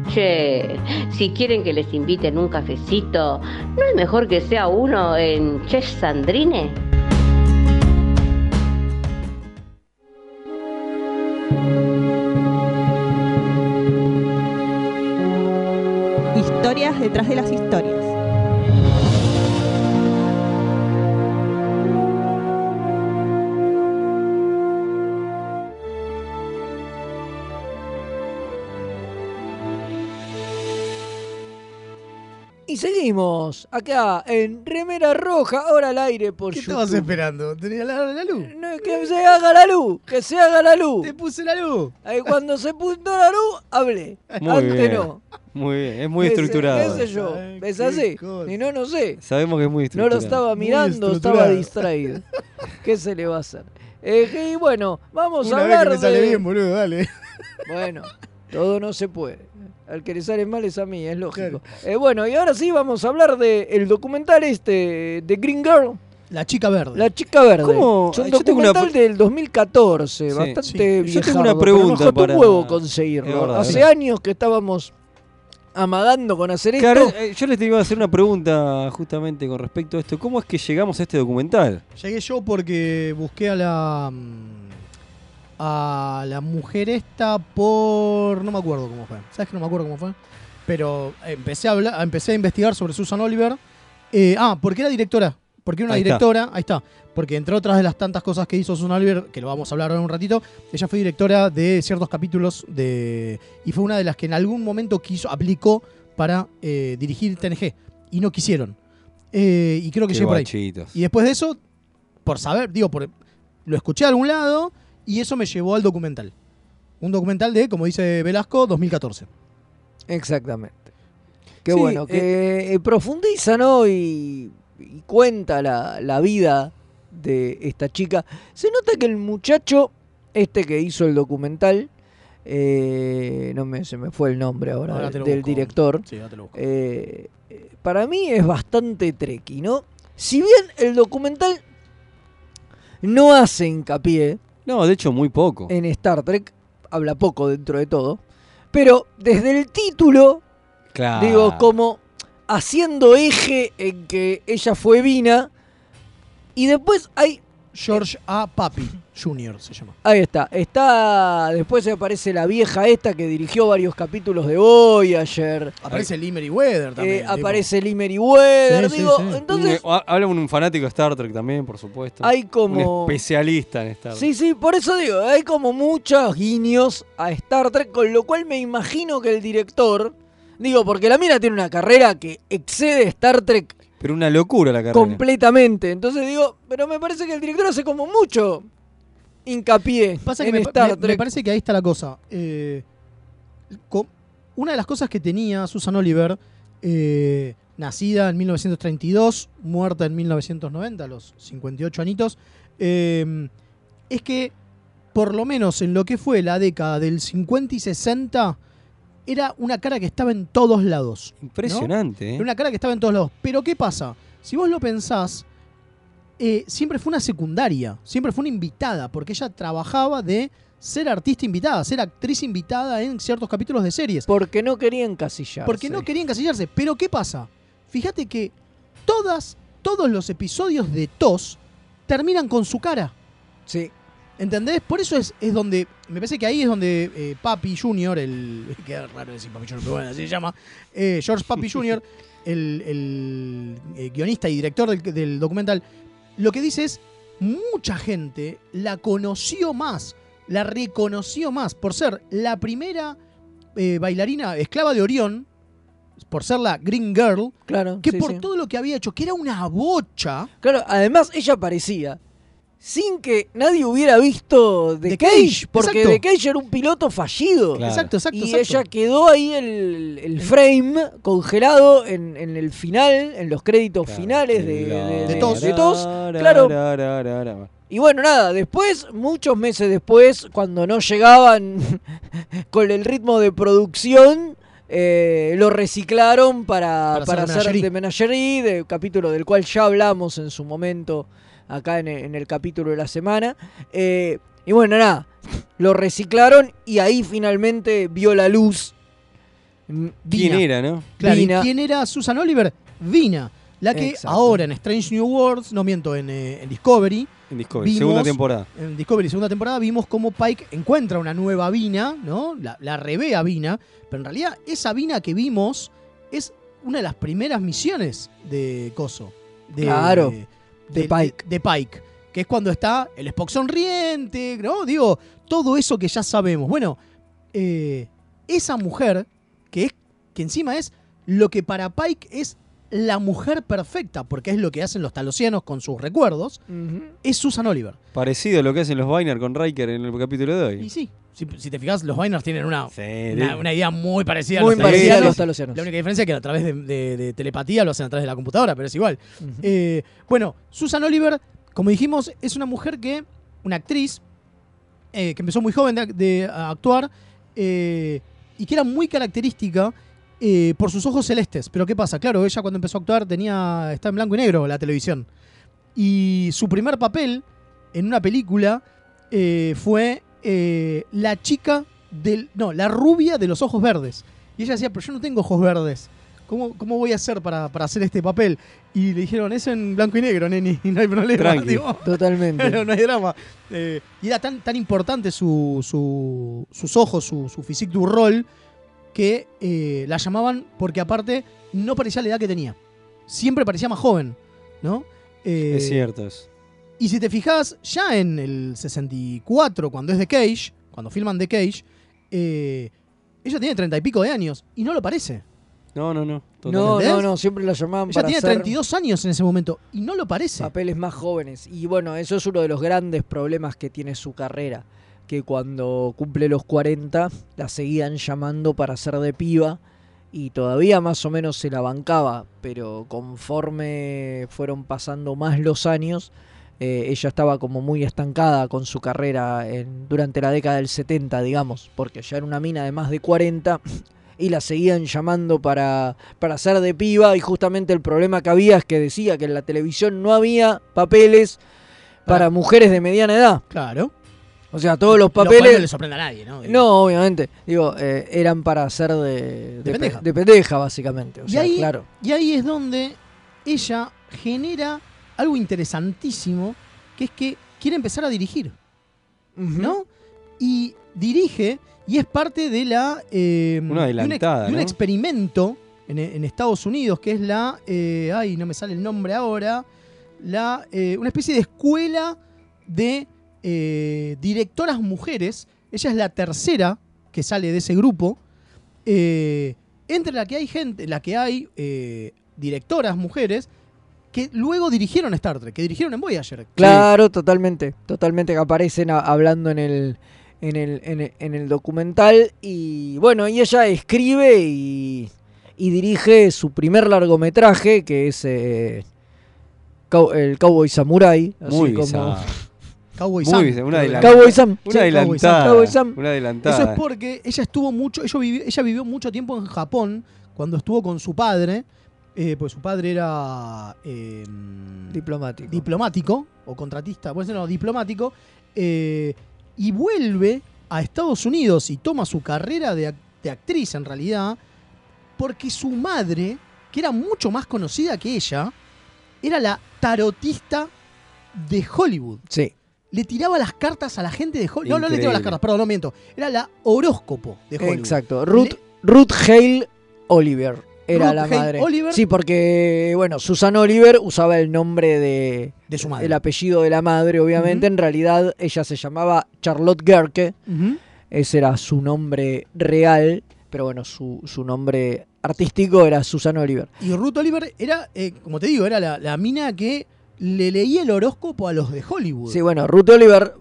V: Che, si quieren que les inviten un cafecito, ¿no es mejor que sea uno en Che Sandrine?
J: Historias detrás de las historias.
A: Y seguimos acá en Remera Roja, ahora al aire por
C: ¿Qué
A: YouTube.
C: estabas esperando? ¿Tenía la, la luz?
A: No, que se haga la luz, que se haga la luz. Te
C: puse la luz.
A: cuando se puso la luz, hablé.
B: Muy
A: Antes
B: bien.
A: no.
B: Muy bien, es muy
A: Qué sé-
B: estructurado.
A: ¿Qué sé yo? ¿Es así? Y no, no sé.
B: Sabemos que es muy
A: No
B: estructurado.
A: lo estaba
C: Muy
A: mirando, estaba
C: estructurado.
B: *laughs*
A: distraído. ¿Qué se le va a hacer? Eh, y bueno, vamos a
C: Una vez
A: hablar
C: que me sale
A: de...
C: bien, boludo, dale.
A: Bueno, todo no se puede. Al que le sale mal es a mí, es lógico. Eh, bueno, y ahora sí vamos a hablar del el documental este de Green Girl.
C: La chica verde.
A: La chica verde.
B: ¿Cómo?
A: Es un
B: Yo tengo una
A: documental
B: pre-
A: del 2014,
B: Sí.
A: bastante
B: Sí.
A: bien.
B: Yo tengo una pregunta
A: Pero me costó
B: para-
A: un huevo conseguirlo.
B: Es verdad,
A: Hace
B: sí.
A: años que estábamos amagando con hacer esto.
B: Claro, eh, yo les iba a hacer una pregunta justamente con respecto a esto. ¿Cómo es que llegamos a este documental?
C: Llegué yo porque busqué a la. mm, a la mujer esta por. no me acuerdo cómo fue. ¿Sabes que no me acuerdo cómo fue? Pero empecé a, hablar, empecé a investigar sobre Susan Oliver. Eh, ah, porque era directora. Porque era una
B: Ahí está.
C: directora. Ahí está. Porque entre otras de las tantas cosas que hizo Susan Oliver, que lo vamos a hablar ahora en un ratito, ella fue directora de ciertos capítulos de. y fue una de las que en algún momento quiso, aplicó para eh, dirigir TNG. Y no quisieron. Eh, y creo que
B: Qué
C: llegué por ahí.
B: bachitos.
C: Y después de eso, por saber, digo, por, lo escuché de algún lado y eso me llevó al documental. Un documental de, como dice Velasco, 2014.
A: Exactamente. Qué
C: Sí,
A: bueno, que eh, profundiza, ¿no? Y, y cuenta la, la vida de esta chica. Se nota que el muchacho, este que hizo el documental, eh, no me, se me fue el nombre ahora,
C: Ahora te
A: del
C: lo busco.
A: director,
C: Sí, ahora te lo busco.
A: eh, eh, para mí es bastante trequi, ¿no? Si bien el documental no hace hincapié
B: No, de hecho, muy poco.
A: en Star Trek, habla poco dentro de todo, pero desde el título
B: Claro.
A: Digo, como haciendo eje en que ella fue Vina. Y después hay.
C: George A. Papi Jr. se llama.
A: Ahí está. Está. Después aparece la vieja esta que dirigió varios capítulos de Voyager.
C: Aparece Limery Weather también.
A: Eh,
C: tipo.
A: aparece Limery Weather.
C: Sí, sí,
A: digo,
C: sí.
A: entonces.
B: Un- ha- ah, habla con un fanático de Star Trek también, por supuesto.
A: Hay como-
B: Un especialista en Star Trek.
A: Sí, sí, por eso digo, hay como muchos guiños a Star Trek, con lo cual me imagino que el director. Digo, porque la mina tiene una carrera que excede Star Trek
B: Pero una locura la carrera.
A: completamente. Entonces digo, pero me parece que el director hace como mucho hincapié
C: Pasa que
A: en
C: me,
A: Star
C: me- me
A: Trek.
C: parece que ahí está la cosa. Eh, co- una de las cosas que tenía Susan Oliver, eh, nacida en 1932, muerta en 1990, a los 58 anitos, eh, es que por lo menos en lo que fue la década del 50 y 60, era una cara que estaba en todos lados. ¿no?
B: Impresionante, ¿eh?
C: Era una cara que estaba en todos lados. Pero ¿qué pasa? Si vos lo pensás, eh, siempre fue una secundaria, siempre fue una invitada, porque ella trabajaba de ser artista invitada, ser actriz invitada en ciertos capítulos de series.
A: Porque no quería encasillarse.
C: Porque no quería encasillarse. Pero ¿qué pasa? Fíjate que todas, todos los episodios de TOS terminan con su cara.
A: Sí.
C: ¿Entendés? Por eso es, es donde. Me parece que ahí es donde eh, Papi Junior, el. Qué raro decir Papi Junior, pero bueno, así se llama. eh, George Papi Junior, el, el, eh, guionista y director del, del documental, lo que dice es, mucha gente la conoció más, la reconoció más por ser la primera eh, bailarina esclava de Orión, por ser la Green Girl,
A: Claro,
C: que
A: sí,
C: por
A: sí.
C: todo lo que había hecho, que era una bocha.
A: Claro, además ella aparecía sin que nadie hubiera visto The,
C: The
A: Cage,
C: Cage,
A: porque
C: exacto.
A: The Cage era un piloto fallido.
C: Claro. Exacto, exacto,
A: Y
C: exacto.
A: ella quedó ahí el, el frame congelado en, en el final, en los créditos finales de, de,
C: De Tos.
A: de Tos, Claro, y bueno, nada, después, muchos meses después, cuando no llegaban *laughs* con el ritmo de producción, eh, lo reciclaron para,
C: Para
A: para
C: hacer
A: hacer
C: Menagerie.
A: de Menagerie, de capítulo del cual ya hablamos en su momento, acá en, e- en el capítulo de la semana. Eh, y bueno, nada, lo reciclaron y ahí finalmente vio la luz. mm,
B: ¿Quién
A: Dina.
B: era, no?
C: Claro,
A: Vina.
C: ¿y quién era Susan Oliver? Vina, la que
A: Exacto.
C: ahora en Strange New Worlds, no miento, en, eh, en Discovery,
B: En Discovery, segunda temporada.
C: En Discovery, segunda temporada, vimos cómo Pike encuentra una nueva Vina, ¿no? La, la revé a Vina, pero en realidad esa Vina que vimos es una de las primeras misiones de Coso. De,
A: Claro,
C: De,
A: de Pike.
C: De, Pike, que es cuando está el Spock sonriente, ¿no? Digo, todo eso que ya sabemos. Bueno, eh, esa mujer, que, es, que encima es lo que para Pike es la mujer perfecta, porque es lo que hacen los talosianos con sus recuerdos, es Susan Oliver.
B: Parecido a lo que hacen los Viner con Riker en el capítulo de hoy.
C: Y sí, si, si te fijas, los Viners tienen una,
B: de-
C: una, una idea muy parecida
A: Muy
C: a los
A: parecida a
C: talosianos.
A: los talosianos.
C: La única diferencia es que a través de, de- de telepatía lo hacen a través de la computadora, pero es igual. Eh, bueno, Susan Oliver, como dijimos, es una mujer que, una actriz, eh, que empezó muy joven de, de- a actuar eh, y que era muy característica eh, por sus ojos celestes. Pero ¿qué pasa? Claro, ella cuando empezó a actuar tenía está en blanco y negro la televisión. Y su primer papel en una película eh, fue eh, la chica del... No, la rubia de los ojos verdes. Y ella decía, pero yo no tengo ojos verdes. ¿Cómo, cómo voy a hacer para, para hacer este papel? Y le dijeron, es en blanco y negro, neni, *laughs* no hay problema.
B: Tranqui.
C: Digo,
A: *laughs* Totalmente.
C: no, no hay drama. Eh, y era tan, tan importante su, su- sus ojos, su, su physique du rol, que eh, la llamaban porque aparte no parecía la edad que tenía. Siempre parecía más joven, ¿no? Eh,
B: Es cierto eso.
C: Y si te fijas, ya en el 64, cuando es The Cage, cuando filman The Cage, eh, ella tiene treinta y pico de años y no lo parece.
B: No, no, no.
A: No,
B: totalmente.
A: no,
C: ¿Entendés?
A: no, siempre la llamaban
C: Ella
A: para
C: tiene
A: hacer
C: 32 años en ese momento y no lo parece.
A: papeles más jóvenes. Y bueno, eso es uno de los grandes problemas que tiene su carrera. Que cuando cumple los 40, la seguían llamando para ser de piba. Y todavía más o menos se la bancaba. Pero conforme fueron pasando más los años, eh, ella estaba como muy estancada con su carrera en- durante la década del 70, digamos. Porque ya era una mina de más de 40. Y la seguían llamando para, para ser de piba y justamente el problema que había es que decía que en la televisión no había papeles
C: Ah.
A: para mujeres de mediana edad.
C: Claro.
A: O sea, todos los
C: Lo cual
A: papeles...
C: no le sorprende a nadie, ¿no?
A: No, obviamente. Digo, eh, eran para ser de, de, pe-
C: pendeja.
A: de pendeja, básicamente. O
C: Y
A: sea,
C: ahí-
A: claro.
C: Y ahí es donde ella genera algo interesantísimo, que es que quiere empezar a dirigir. ¿No? Y dirige y es parte de la... eh,
B: Una adelantada,
C: De un, ex- de un
B: ¿no?
C: experimento en, en Estados Unidos, que es la... eh, ay, no me sale el nombre ahora. La, eh, una especie de escuela de eh, directoras mujeres. Ella es la tercera que sale de ese grupo. Eh, entre la que hay gente, la que hay eh, directoras mujeres que luego dirigieron Star Trek, que dirigieron en Voyager.
A: Claro, totalmente, totalmente que aparecen a- hablando en el, en, el, en, el, en el documental y bueno, y ella escribe y, y dirige su primer largometraje que es eh, Cow- el Cowboy Samurai, así
B: Muy
A: como
B: bizarro.
C: Cowboy
B: Muy
C: Sam.
B: bizarro, una
C: Creo
B: de
C: que la-
B: las-
A: Cowboy Sam.
B: Una
A: sí, Cowboy Sam,
B: adelantada.
A: Cowboy Sam.
B: Una adelantada.
C: Eso es porque ella estuvo mucho, ella vivió, ella vivió mucho tiempo en Japón cuando estuvo con su padre, eh, pues su padre era eh,
A: Diplomático.
C: diplomático o contratista, bueno, no, diplomático, eh, y vuelve a Estados Unidos y toma su carrera de, ac- de actriz en realidad, porque su madre, que era mucho más conocida que ella, era la tarotista de Hollywood
A: Sí.
C: le tiraba las cartas a la gente de Hollywood. No, no le
A: Increíble.
C: tiraba las cartas, perdón, no miento. Era la horóscopo de Hollywood.
A: Exacto. Ruth, Ruth Hale Oliver. Era
C: Brooke
A: la
C: Hale
A: madre.
C: Oliver.
A: Sí, porque, bueno, Susan Oliver usaba el nombre de,
C: De su madre.
A: El apellido de la madre, obviamente. En realidad, ella se llamaba Charlotte Gerke.
C: Ujú.
A: Ese era su nombre real. Pero bueno, su, su nombre artístico era Susan Oliver.
C: Y Ruth Oliver era, eh, como te digo, era la, la mina que le leía el horóscopo a los de Hollywood.
A: Sí, bueno, Ruth Oliver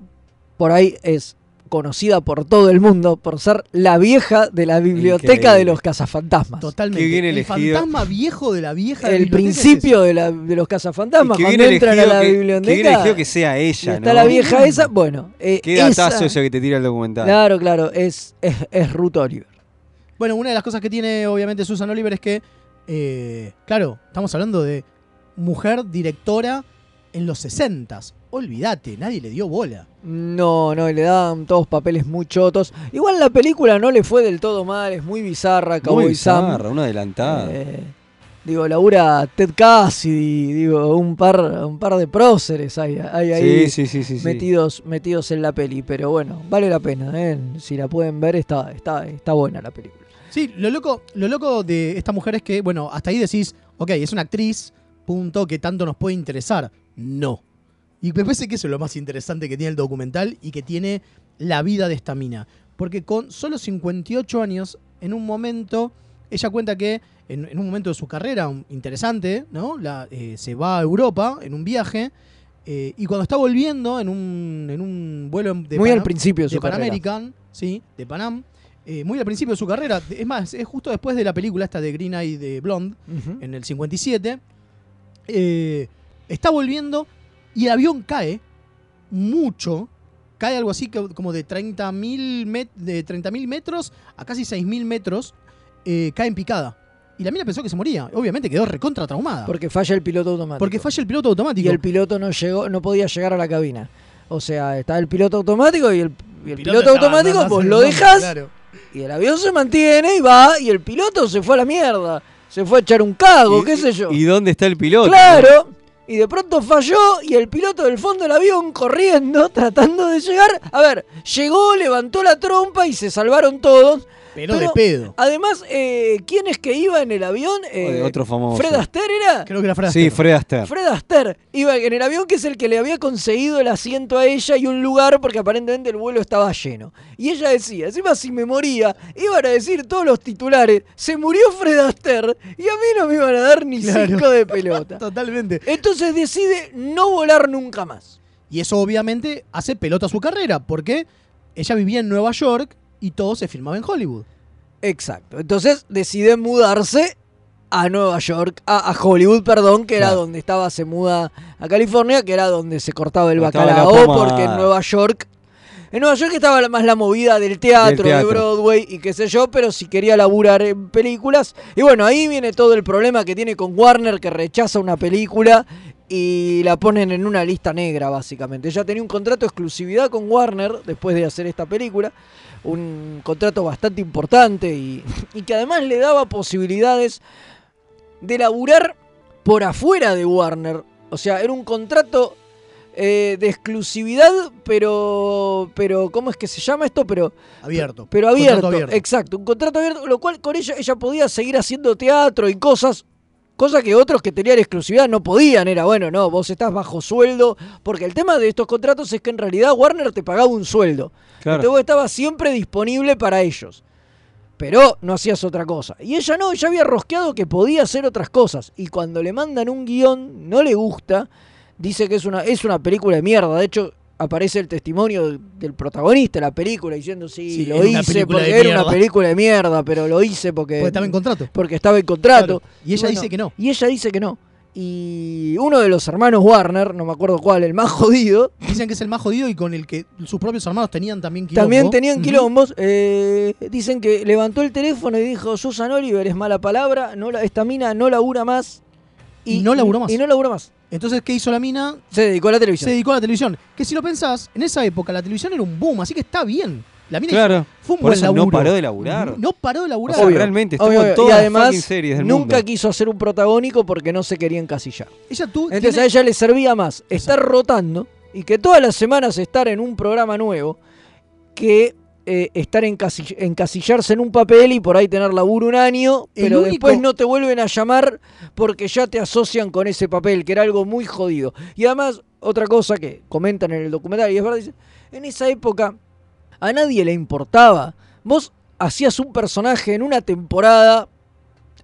A: por ahí es conocida por todo el mundo por ser la vieja de la biblioteca
B: Increíble.
A: de los cazafantasmas.
C: Totalmente.
B: Qué bien
C: el
B: elegido.
C: fantasma viejo de la vieja.
A: El
C: biblioteca es
A: principio de, la- de los cazafantasmas,
B: Qué bien
A: cuando entran a
B: elegido
A: la
B: que- qué bien
A: biblioteca.
B: elegido que sea
A: y
B: ella,
A: está
B: ¿no? Mm.
A: la vieja esa, bueno. eh,
B: Qué datazo
A: esa-
B: ese que te tira el documental.
A: Claro, claro, es, es, es Ruth Oliver.
C: ese. Bueno, una de las cosas que tiene obviamente Susan Oliver es que, eh, claro, estamos hablando de mujer directora en los 60 Olvídate, nadie le dio bola.
A: No, no, y le dan todos papeles muy chotos. Igual la película no le fue del todo mal, es muy bizarra, Cowboy
B: Muy
A: Sam.
B: bizarra, una adelantada.
A: Eh, digo, labura Ted Cassidy, digo, un par, un par de próceres hay, hay ahí
B: sí, sí, sí, sí.
A: metidos, metidos en la peli. Pero bueno, vale la pena, ¿eh? si la pueden ver, está, está, está buena la película.
C: Sí, lo loco, lo loco de esta mujer es que, bueno, hasta ahí decís, ok, es una actriz, punto, que tanto nos puede interesar. No. Y me parece que eso es lo más interesante que tiene el documental y que tiene la vida de esta mina. Porque con solo 58 años, en un momento, ella cuenta que en, en un momento de su carrera un- interesante, ¿no? La, eh, se va a Europa en un viaje eh, y cuando está volviendo en un, en un vuelo de
A: Muy al
C: Pana-
A: principio de su carrera.
C: American, sí, de Panam. eh, muy al principio de su carrera. Es más, es justo después de la película esta de Green Eye de Blonde,
A: Ujú.
C: en el 57. eh, está volviendo y el avión cae mucho. Cae algo así que- como de 30.000 met- de 30.000 metros a casi 6.000 metros. eh, cae en picada. Y la mina pensó que se moría. Obviamente quedó recontra traumada.
A: Porque falla el piloto automático.
C: Porque falla el piloto automático.
A: y el piloto no llegó, no podía llegar a la cabina. O sea, está el piloto automático y el, y el piloto,
C: estaba
A: automático,
C: andando
A: vos lo
C: hacia el hombre,
A: dejás
C: claro.
A: y el avión se mantiene y va y el piloto se fue a la mierda. Se fue a echar un cago,
B: Y-
A: qué sé yo.
B: ¿Y dónde está el piloto?
A: Claro. Y de pronto falló y el piloto del fondo del avión corriendo, *laughs* tratando de llegar. A ver, llegó, levantó la trompa y se salvaron todos.
C: Pero de pedo.
A: Además, eh, ¿quién es que iba en el avión? Eh,
B: Joder, otro famoso.
A: ¿Fred Astaire era?
C: Creo que era Fred
B: Sí,
C: Astaire.
B: Fred Astaire.
A: Fred Astaire iba en el avión que es el que le había conseguido el asiento a ella y un lugar porque aparentemente el vuelo estaba lleno. Y ella decía, encima si me moría, iban a decir todos los titulares, se murió Fred Astaire y a mí no me iban a dar ni
C: *laughs* Claro.
A: cinco de pelota.
C: *laughs* Totalmente.
A: Entonces decide no volar nunca más.
C: Y eso obviamente hace pelota a su carrera, porque ella vivía en Nueva York y todo se filmaba en Hollywood.
A: Exacto. Entonces decide mudarse a Nueva York, a, a Hollywood, perdón, que era
B: Claro.
A: donde estaba, se muda a California, que era donde se cortaba el
B: Cortaba la
A: bacalao,
B: pomada.
A: porque en Nueva York... En Nueva York estaba la- más la movida del teatro,
B: Del teatro.
A: de Broadway y qué sé yo, pero si quería laburar en películas. Y bueno, ahí viene todo el problema que tiene con Warner, que rechaza una película y la ponen en una lista negra, básicamente. Ella tenía un contrato de exclusividad con Warner después de hacer esta película, un contrato bastante importante y, y que además le daba posibilidades de laburar por afuera de Warner. O sea, era un contrato eh, de exclusividad, pero, pero, ¿cómo es que se llama esto? Pero
C: Abierto.
A: pero
C: Contrato
A: abierto, exacto, un contrato abierto, lo cual con ella ella podía seguir haciendo teatro y cosas, cosas que otros que tenían exclusividad no podían, era bueno, no, vos estás bajo sueldo, porque el tema de estos contratos es que en realidad Warner te pagaba un sueldo,
B: Claro.
A: entonces vos estabas siempre disponible para ellos. Pero no hacías otra cosa. Y ella no, ella había rosqueado que podía hacer otras cosas. Y cuando le mandan un guión, no le gusta. Dice que es una, es una película de mierda. De hecho, aparece el testimonio del protagonista de la película diciendo, sí,
C: Sí,
A: lo
C: era una
A: hice
C: película de
A: porque era una
C: mierda".
A: película de mierda, pero lo hice porque,
C: Porque estaba en contrato.
A: porque estaba en contrato.
C: Claro, y ella dice que no.
A: Y ella dice que no. Y uno de los hermanos Warner, no me acuerdo cuál, el más *laughs* jodido,
C: Dicen que es el más jodido y con el que sus propios hermanos tenían también quilombo.
A: también tenían
C: Ujú.
A: quilombos. eh, dicen que levantó el teléfono y dijo, Susan Oliver es mala palabra, no la- esta mina no labura más.
C: Y no laburó más.
A: Y no labura más.
C: Entonces, ¿qué hizo la mina?
A: Se dedicó a la televisión.
C: Se dedicó a la televisión. Que si lo pensás, en esa época la televisión era un boom, así que está bien. La mina
B: Claro.
C: hizo- fue un
B: Por
C: buen
B: eso no
C: laburo.
B: paró de laburar.
C: Ujú. No paró de laburar.
B: O sea, realmente, estuvo en todas
A: y
B: las
A: además,
B: fucking series del
A: nunca
B: mundo.
A: quiso hacer un protagónico porque no se quería encasillar.
C: Ella tuvo.
A: Entonces
C: tiene-
A: a ella le servía más estar rotando y que todas las semanas estar en un programa nuevo que eh, estar encasi- encasillarse en un papel y por ahí tener laburo un año,
C: El
A: pero
C: único-
A: después no te vuelven a llamar porque ya te asocian con ese papel, que era algo muy jodido. Y además, otra cosa que comentan en el documental, y es verdad, dice, en esa época a nadie le importaba. Vos hacías un personaje en una temporada,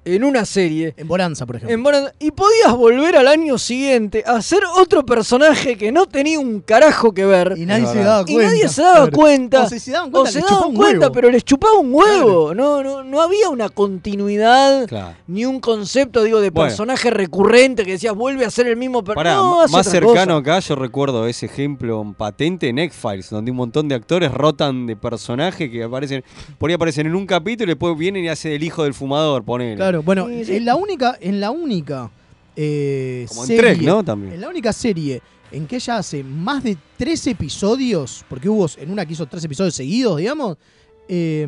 A: en una serie.
C: En Bonanza, por ejemplo.
A: En Bonanza, y podías volver al año siguiente a hacer otro personaje que no tenía un carajo que ver. Y
C: nadie se daba
A: Y nadie
C: cuenta,
A: se daba
C: claro.
A: cuenta.
C: O si se daban cuenta,
A: O
C: les
A: daban
C: chupaba un
A: cuenta,
C: huevo.
A: pero les chupaba un huevo. No, no, no había una continuidad
B: Claro.
A: ni un concepto, digo, de
B: Bueno.
A: personaje recurrente que decías, vuelve a ser el mismo
B: Pará,
A: personaje. No,
B: m-
A: hace
B: más
A: otra
B: cercano
A: cosa.
B: acá yo recuerdo ese ejemplo en patente en X-Files, donde un montón de actores rotan de personaje que aparecen, por ahí aparecen en un capítulo y después vienen y hacen el hijo del fumador, ponele.
C: Claro, bueno, en la única, en la única eh,
B: Como en
C: serie,
B: Trek, ¿no? También.
C: en la única serie en que ella hace más de tres episodios, porque hubo en una que hizo tres episodios seguidos, digamos, eh,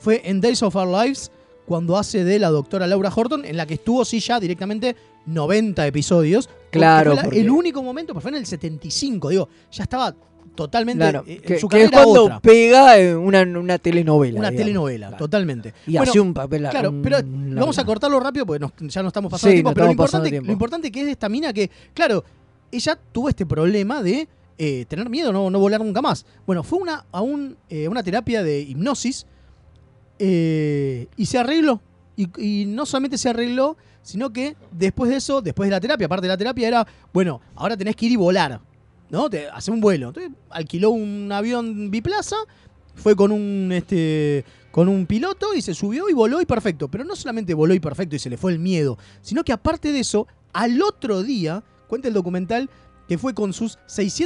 C: fue en Days of Our Lives cuando hace de la doctora Laura Horton, en la que estuvo sí ya directamente 90 episodios. porque
A: Claro,
C: fue la-
A: porque-
C: el único momento, pues fue en el 75, digo, ya estaba totalmente
A: Claro,
C: eh, en
A: que,
C: su
A: que es
C: carrera
A: cuando
C: otra.
A: pega eh, una, una telenovela.
C: Una
A: digamos.
C: telenovela, totalmente.
A: Y hace un papel a-
C: Claro,
A: un-
C: pero
A: una-
C: vamos a cortarlo rápido porque nos- ya no estamos pasando
A: Sí,
C: tiempo.
A: no
C: Pero lo
A: estamos
C: importante,
A: pasando tiempo.
C: lo importante que es de esta mina que, claro, ella tuvo este problema de eh, tener miedo, no, no volar nunca más. Bueno, fue una, a un, eh, una terapia de hipnosis eh, y se arregló. Y, y no solamente se arregló, sino que después de eso, después de la terapia, aparte de la terapia, era, bueno, ahora tenés que ir y volar, ¿no? Te, hacer un vuelo. Entonces alquiló un avión biplaza, fue con un, este, con un piloto y se subió y voló y perfecto. Pero no solamente voló y perfecto y se le fue el miedo, sino que aparte de eso, al otro día, cuenta el documental, que fue con sus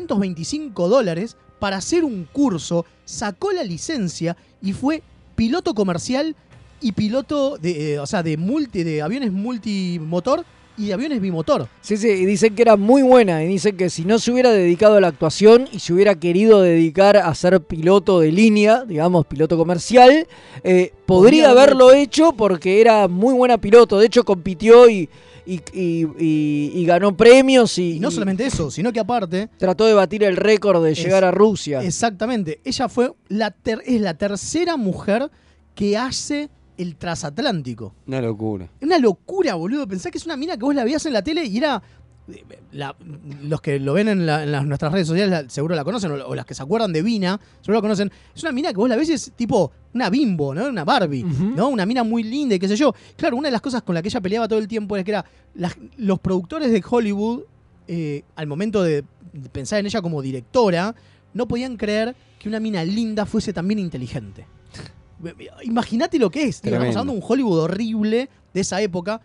C: 625 dólares para hacer un curso, sacó la licencia y fue piloto comercial y piloto de, eh, o sea, de multi, de aviones multimotor y de aviones bimotor.
A: Sí, sí, y dicen que era muy buena. Y dicen que si no se hubiera dedicado a la actuación y se hubiera querido dedicar a ser piloto de línea, digamos, piloto comercial, eh, podría
C: Podría haber
A: haberlo hecho porque era muy buena piloto. De hecho, compitió y, y- y- y- y ganó premios y,
C: Y no
A: y
C: solamente eso, sino que aparte,
A: trató de batir el récord de llegar
C: Es-
A: a Rusia.
C: Exactamente. Ella fue la ter- es la tercera mujer que hace el transatlántico.
B: Una locura.
C: Una locura, boludo. Pensá que es una mina que vos la veías en la tele y era. eh, la- los que lo ven en, la- en las- nuestras redes sociales la- seguro la conocen, o, o las que se acuerdan de Vina, seguro la conocen. Es una mina que vos la ves y es tipo una bimbo, ¿no? Una Barbie, ¿no? Una mina muy linda y qué sé yo. Claro, una de las cosas con la que ella peleaba todo el tiempo es que era las- los productores de Hollywood, eh, al momento de pensar en ella como directora, no podían creer que una mina linda fuese también inteligente. Imagínate lo que es. Digo, estamos
B: Tremendo.
C: hablando de un Hollywood horrible de esa época.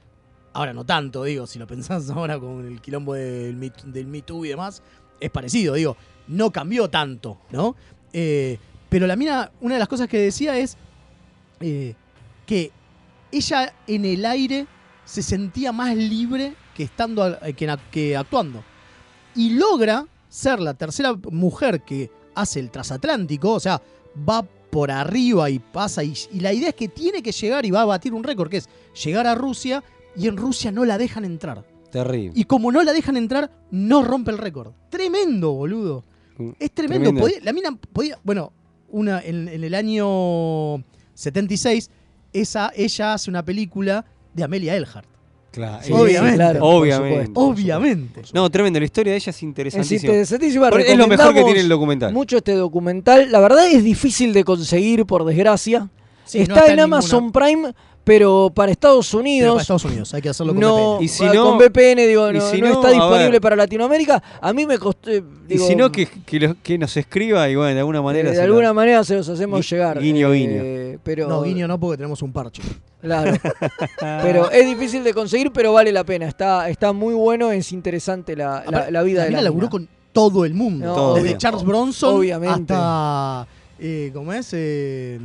C: Ahora no tanto, digo, si lo pensás *laughs* ahora con el quilombo del Me, del Me Too y demás, es parecido, digo, no cambió tanto, ¿no? Eh, pero la mina, una de las cosas que decía es eh, que ella en el aire se sentía más libre que estando al- eh, que, en ac- que actuando. Y logra ser la tercera mujer que hace el transatlántico, o sea, va por arriba y pasa. Y, y la idea es que tiene que llegar y va a batir un récord, que es llegar a Rusia y en Rusia no la dejan entrar.
B: Terrible.
C: Y como no la dejan entrar, no rompe el récord. Tremendo, boludo.
A: Mm,
C: Es tremendo.
B: Tremendo.
C: Podía- la mina podía. Bueno, una, en, en el año 76, esa, ella hace una película de Amelia Earhart.
B: Claro,
C: Sí, obviamente.
B: eh,
C: claro, por
B: obviamente.
C: supuesto. Obviamente.
B: No, tremendo. La historia de ella es
A: Es
B: interesantísima.
A: interesantísima.
B: Por- es lo mejor que
A: recomendamos
B: tiene el documental.
A: Mucho este documental. La verdad es difícil de conseguir, por desgracia.
C: Sí, no
A: está,
C: está
A: en
C: en ninguna-
A: Amazon Prime, pero para Estados Unidos.
C: Pero para Estados Unidos, hay que hacerlo con
A: no,
C: VPN.
B: Y si
A: ah,
B: no-
A: con VPN digo,
B: y
A: no,
B: si
A: no
B: no,
A: está
B: a
A: disponible
B: ver.
A: para Latinoamérica. A mí me costó. eh,
B: Y
A: digo,
B: si no, que, que, lo- que nos escriba y bueno, de alguna manera.
A: eh, de
B: se lo-
A: alguna manera se los hacemos
B: Gui-
A: llegar.
B: guiño, guiño.
A: eh, pero,
C: No, guiño no, porque tenemos un parche. *laughs*
A: Claro. pero es difícil de conseguir, pero vale la pena. Está, está muy bueno, es interesante la, la-
C: Aparte,
A: la vida de
C: Ah, mina
A: la
C: laburó
A: mina.
C: con todo el mundo.
A: No, Todo.
C: Desde
A: obvio.
C: Charles Bronson
A: Obviamente.
C: hasta. eh, ¿Cómo es? Eh,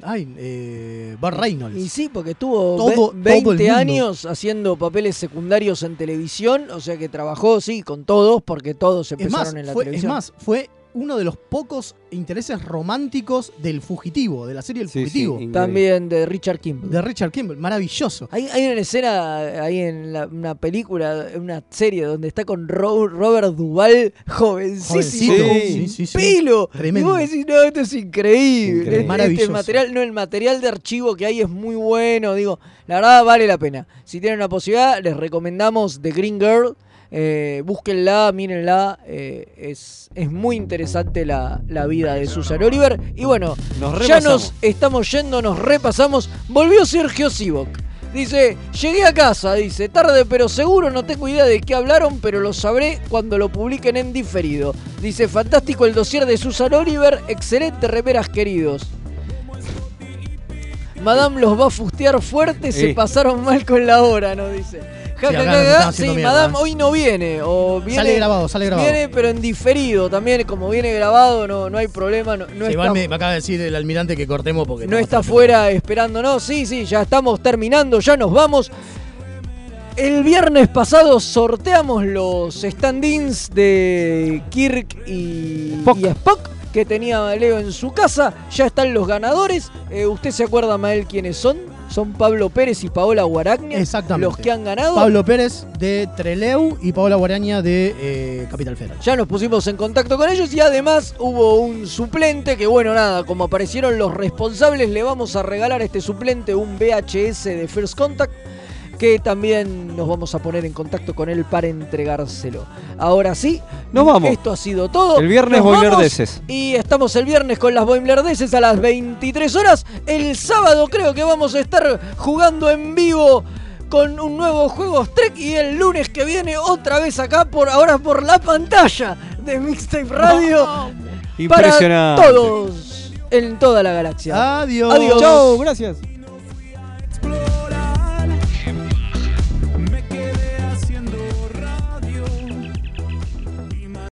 C: ay, eh, Burt Reynolds.
A: Y sí, porque tuvo
C: Todo-
A: ve-
C: todo el
A: 20
C: mundo.
A: años haciendo papeles secundarios en televisión, o sea que trabajó, sí, con todos, porque todos
C: es
A: empezaron
C: más,
A: en la
C: fue, es
A: televisión.
C: más, fue uno de los pocos intereses románticos del fugitivo, de la serie El Fugitivo.
A: También de Richard Kimble.
C: De Richard Kimble, maravilloso.
A: Hay, hay una escena ahí en la- una película, en una serie donde está con Ro- Robert Duval, jovencísimo,
C: Jovencito.
A: con
C: Sí, sí, sí.
A: pelo.
C: Tremendo.
A: Y vos decís, no, esto es increíble.
C: Increíble.
A: Este- este
C: Maravilloso.
A: material, no, el material de archivo que hay es muy bueno. Digo, la verdad vale la pena. Si tienen una posibilidad, les recomendamos The Green Girl. Eh, búsquenla, mírenla. eh, es, es muy interesante la, la vida de Susan Oliver. Y bueno,
B: Nos
A: ya
B: repasamos.
A: nos estamos yendo, nos repasamos. Volvió Sergio Sivok. Dice, llegué a casa, dice, tarde pero seguro, no tengo idea de qué hablaron, pero lo sabré cuando lo publiquen en diferido. Dice, fantástico el dossier de Susan Oliver, excelente remeras queridos. Madame los va a fustear fuerte, se
B: Eh.
A: pasaron mal con la hora, nos dice. Ja,
C: Sí,
A: ja,
C: acá
A: ja,
C: nos
A: ja.
C: están
A: Sí,
C: haciendo mierda,
A: Madame
C: eh.
A: hoy no viene. O viene
C: Sale grabado, sale grabado.
A: Viene, pero en diferido también, como viene grabado, no, no hay problema, no, no
C: Sí, igual
A: está-
C: me, me acaba de decir el almirante que cortemos porque
A: no está afuera esperándonos. Sí, sí, ya estamos terminando, ya nos vamos. El viernes pasado sorteamos los stand-ins de Kirk y y Spock. que tenía Leo en su casa. Ya están los ganadores. Eh, ¿Usted se acuerda, Mael, quiénes son? Son Pablo Pérez y Paola Guaragna.
C: Exactamente.
A: Los que han ganado.
C: Pablo Pérez de Treleu y Paola Guaraña de eh, Capital Federal.
A: Ya nos pusimos en contacto con ellos y además hubo un suplente que, bueno, nada, como aparecieron los responsables, le vamos a regalar a este suplente un VHS de First Contact que también nos vamos a poner en contacto con él para entregárselo. Ahora sí,
B: Nos vamos.
A: Esto ha sido todo.
B: El viernes
A: Nos vamos
B: boilerdeses.
A: Y estamos el viernes con las boilerdeses a las 23 horas. El sábado creo que vamos a estar jugando en vivo con un nuevo juego Trek y el lunes que viene otra vez acá por ahora por la pantalla de Mixtape Radio para
B: Impresionante.
A: todos en toda la galaxia.
C: Adiós.
A: Adiós.
B: Chau, gracias.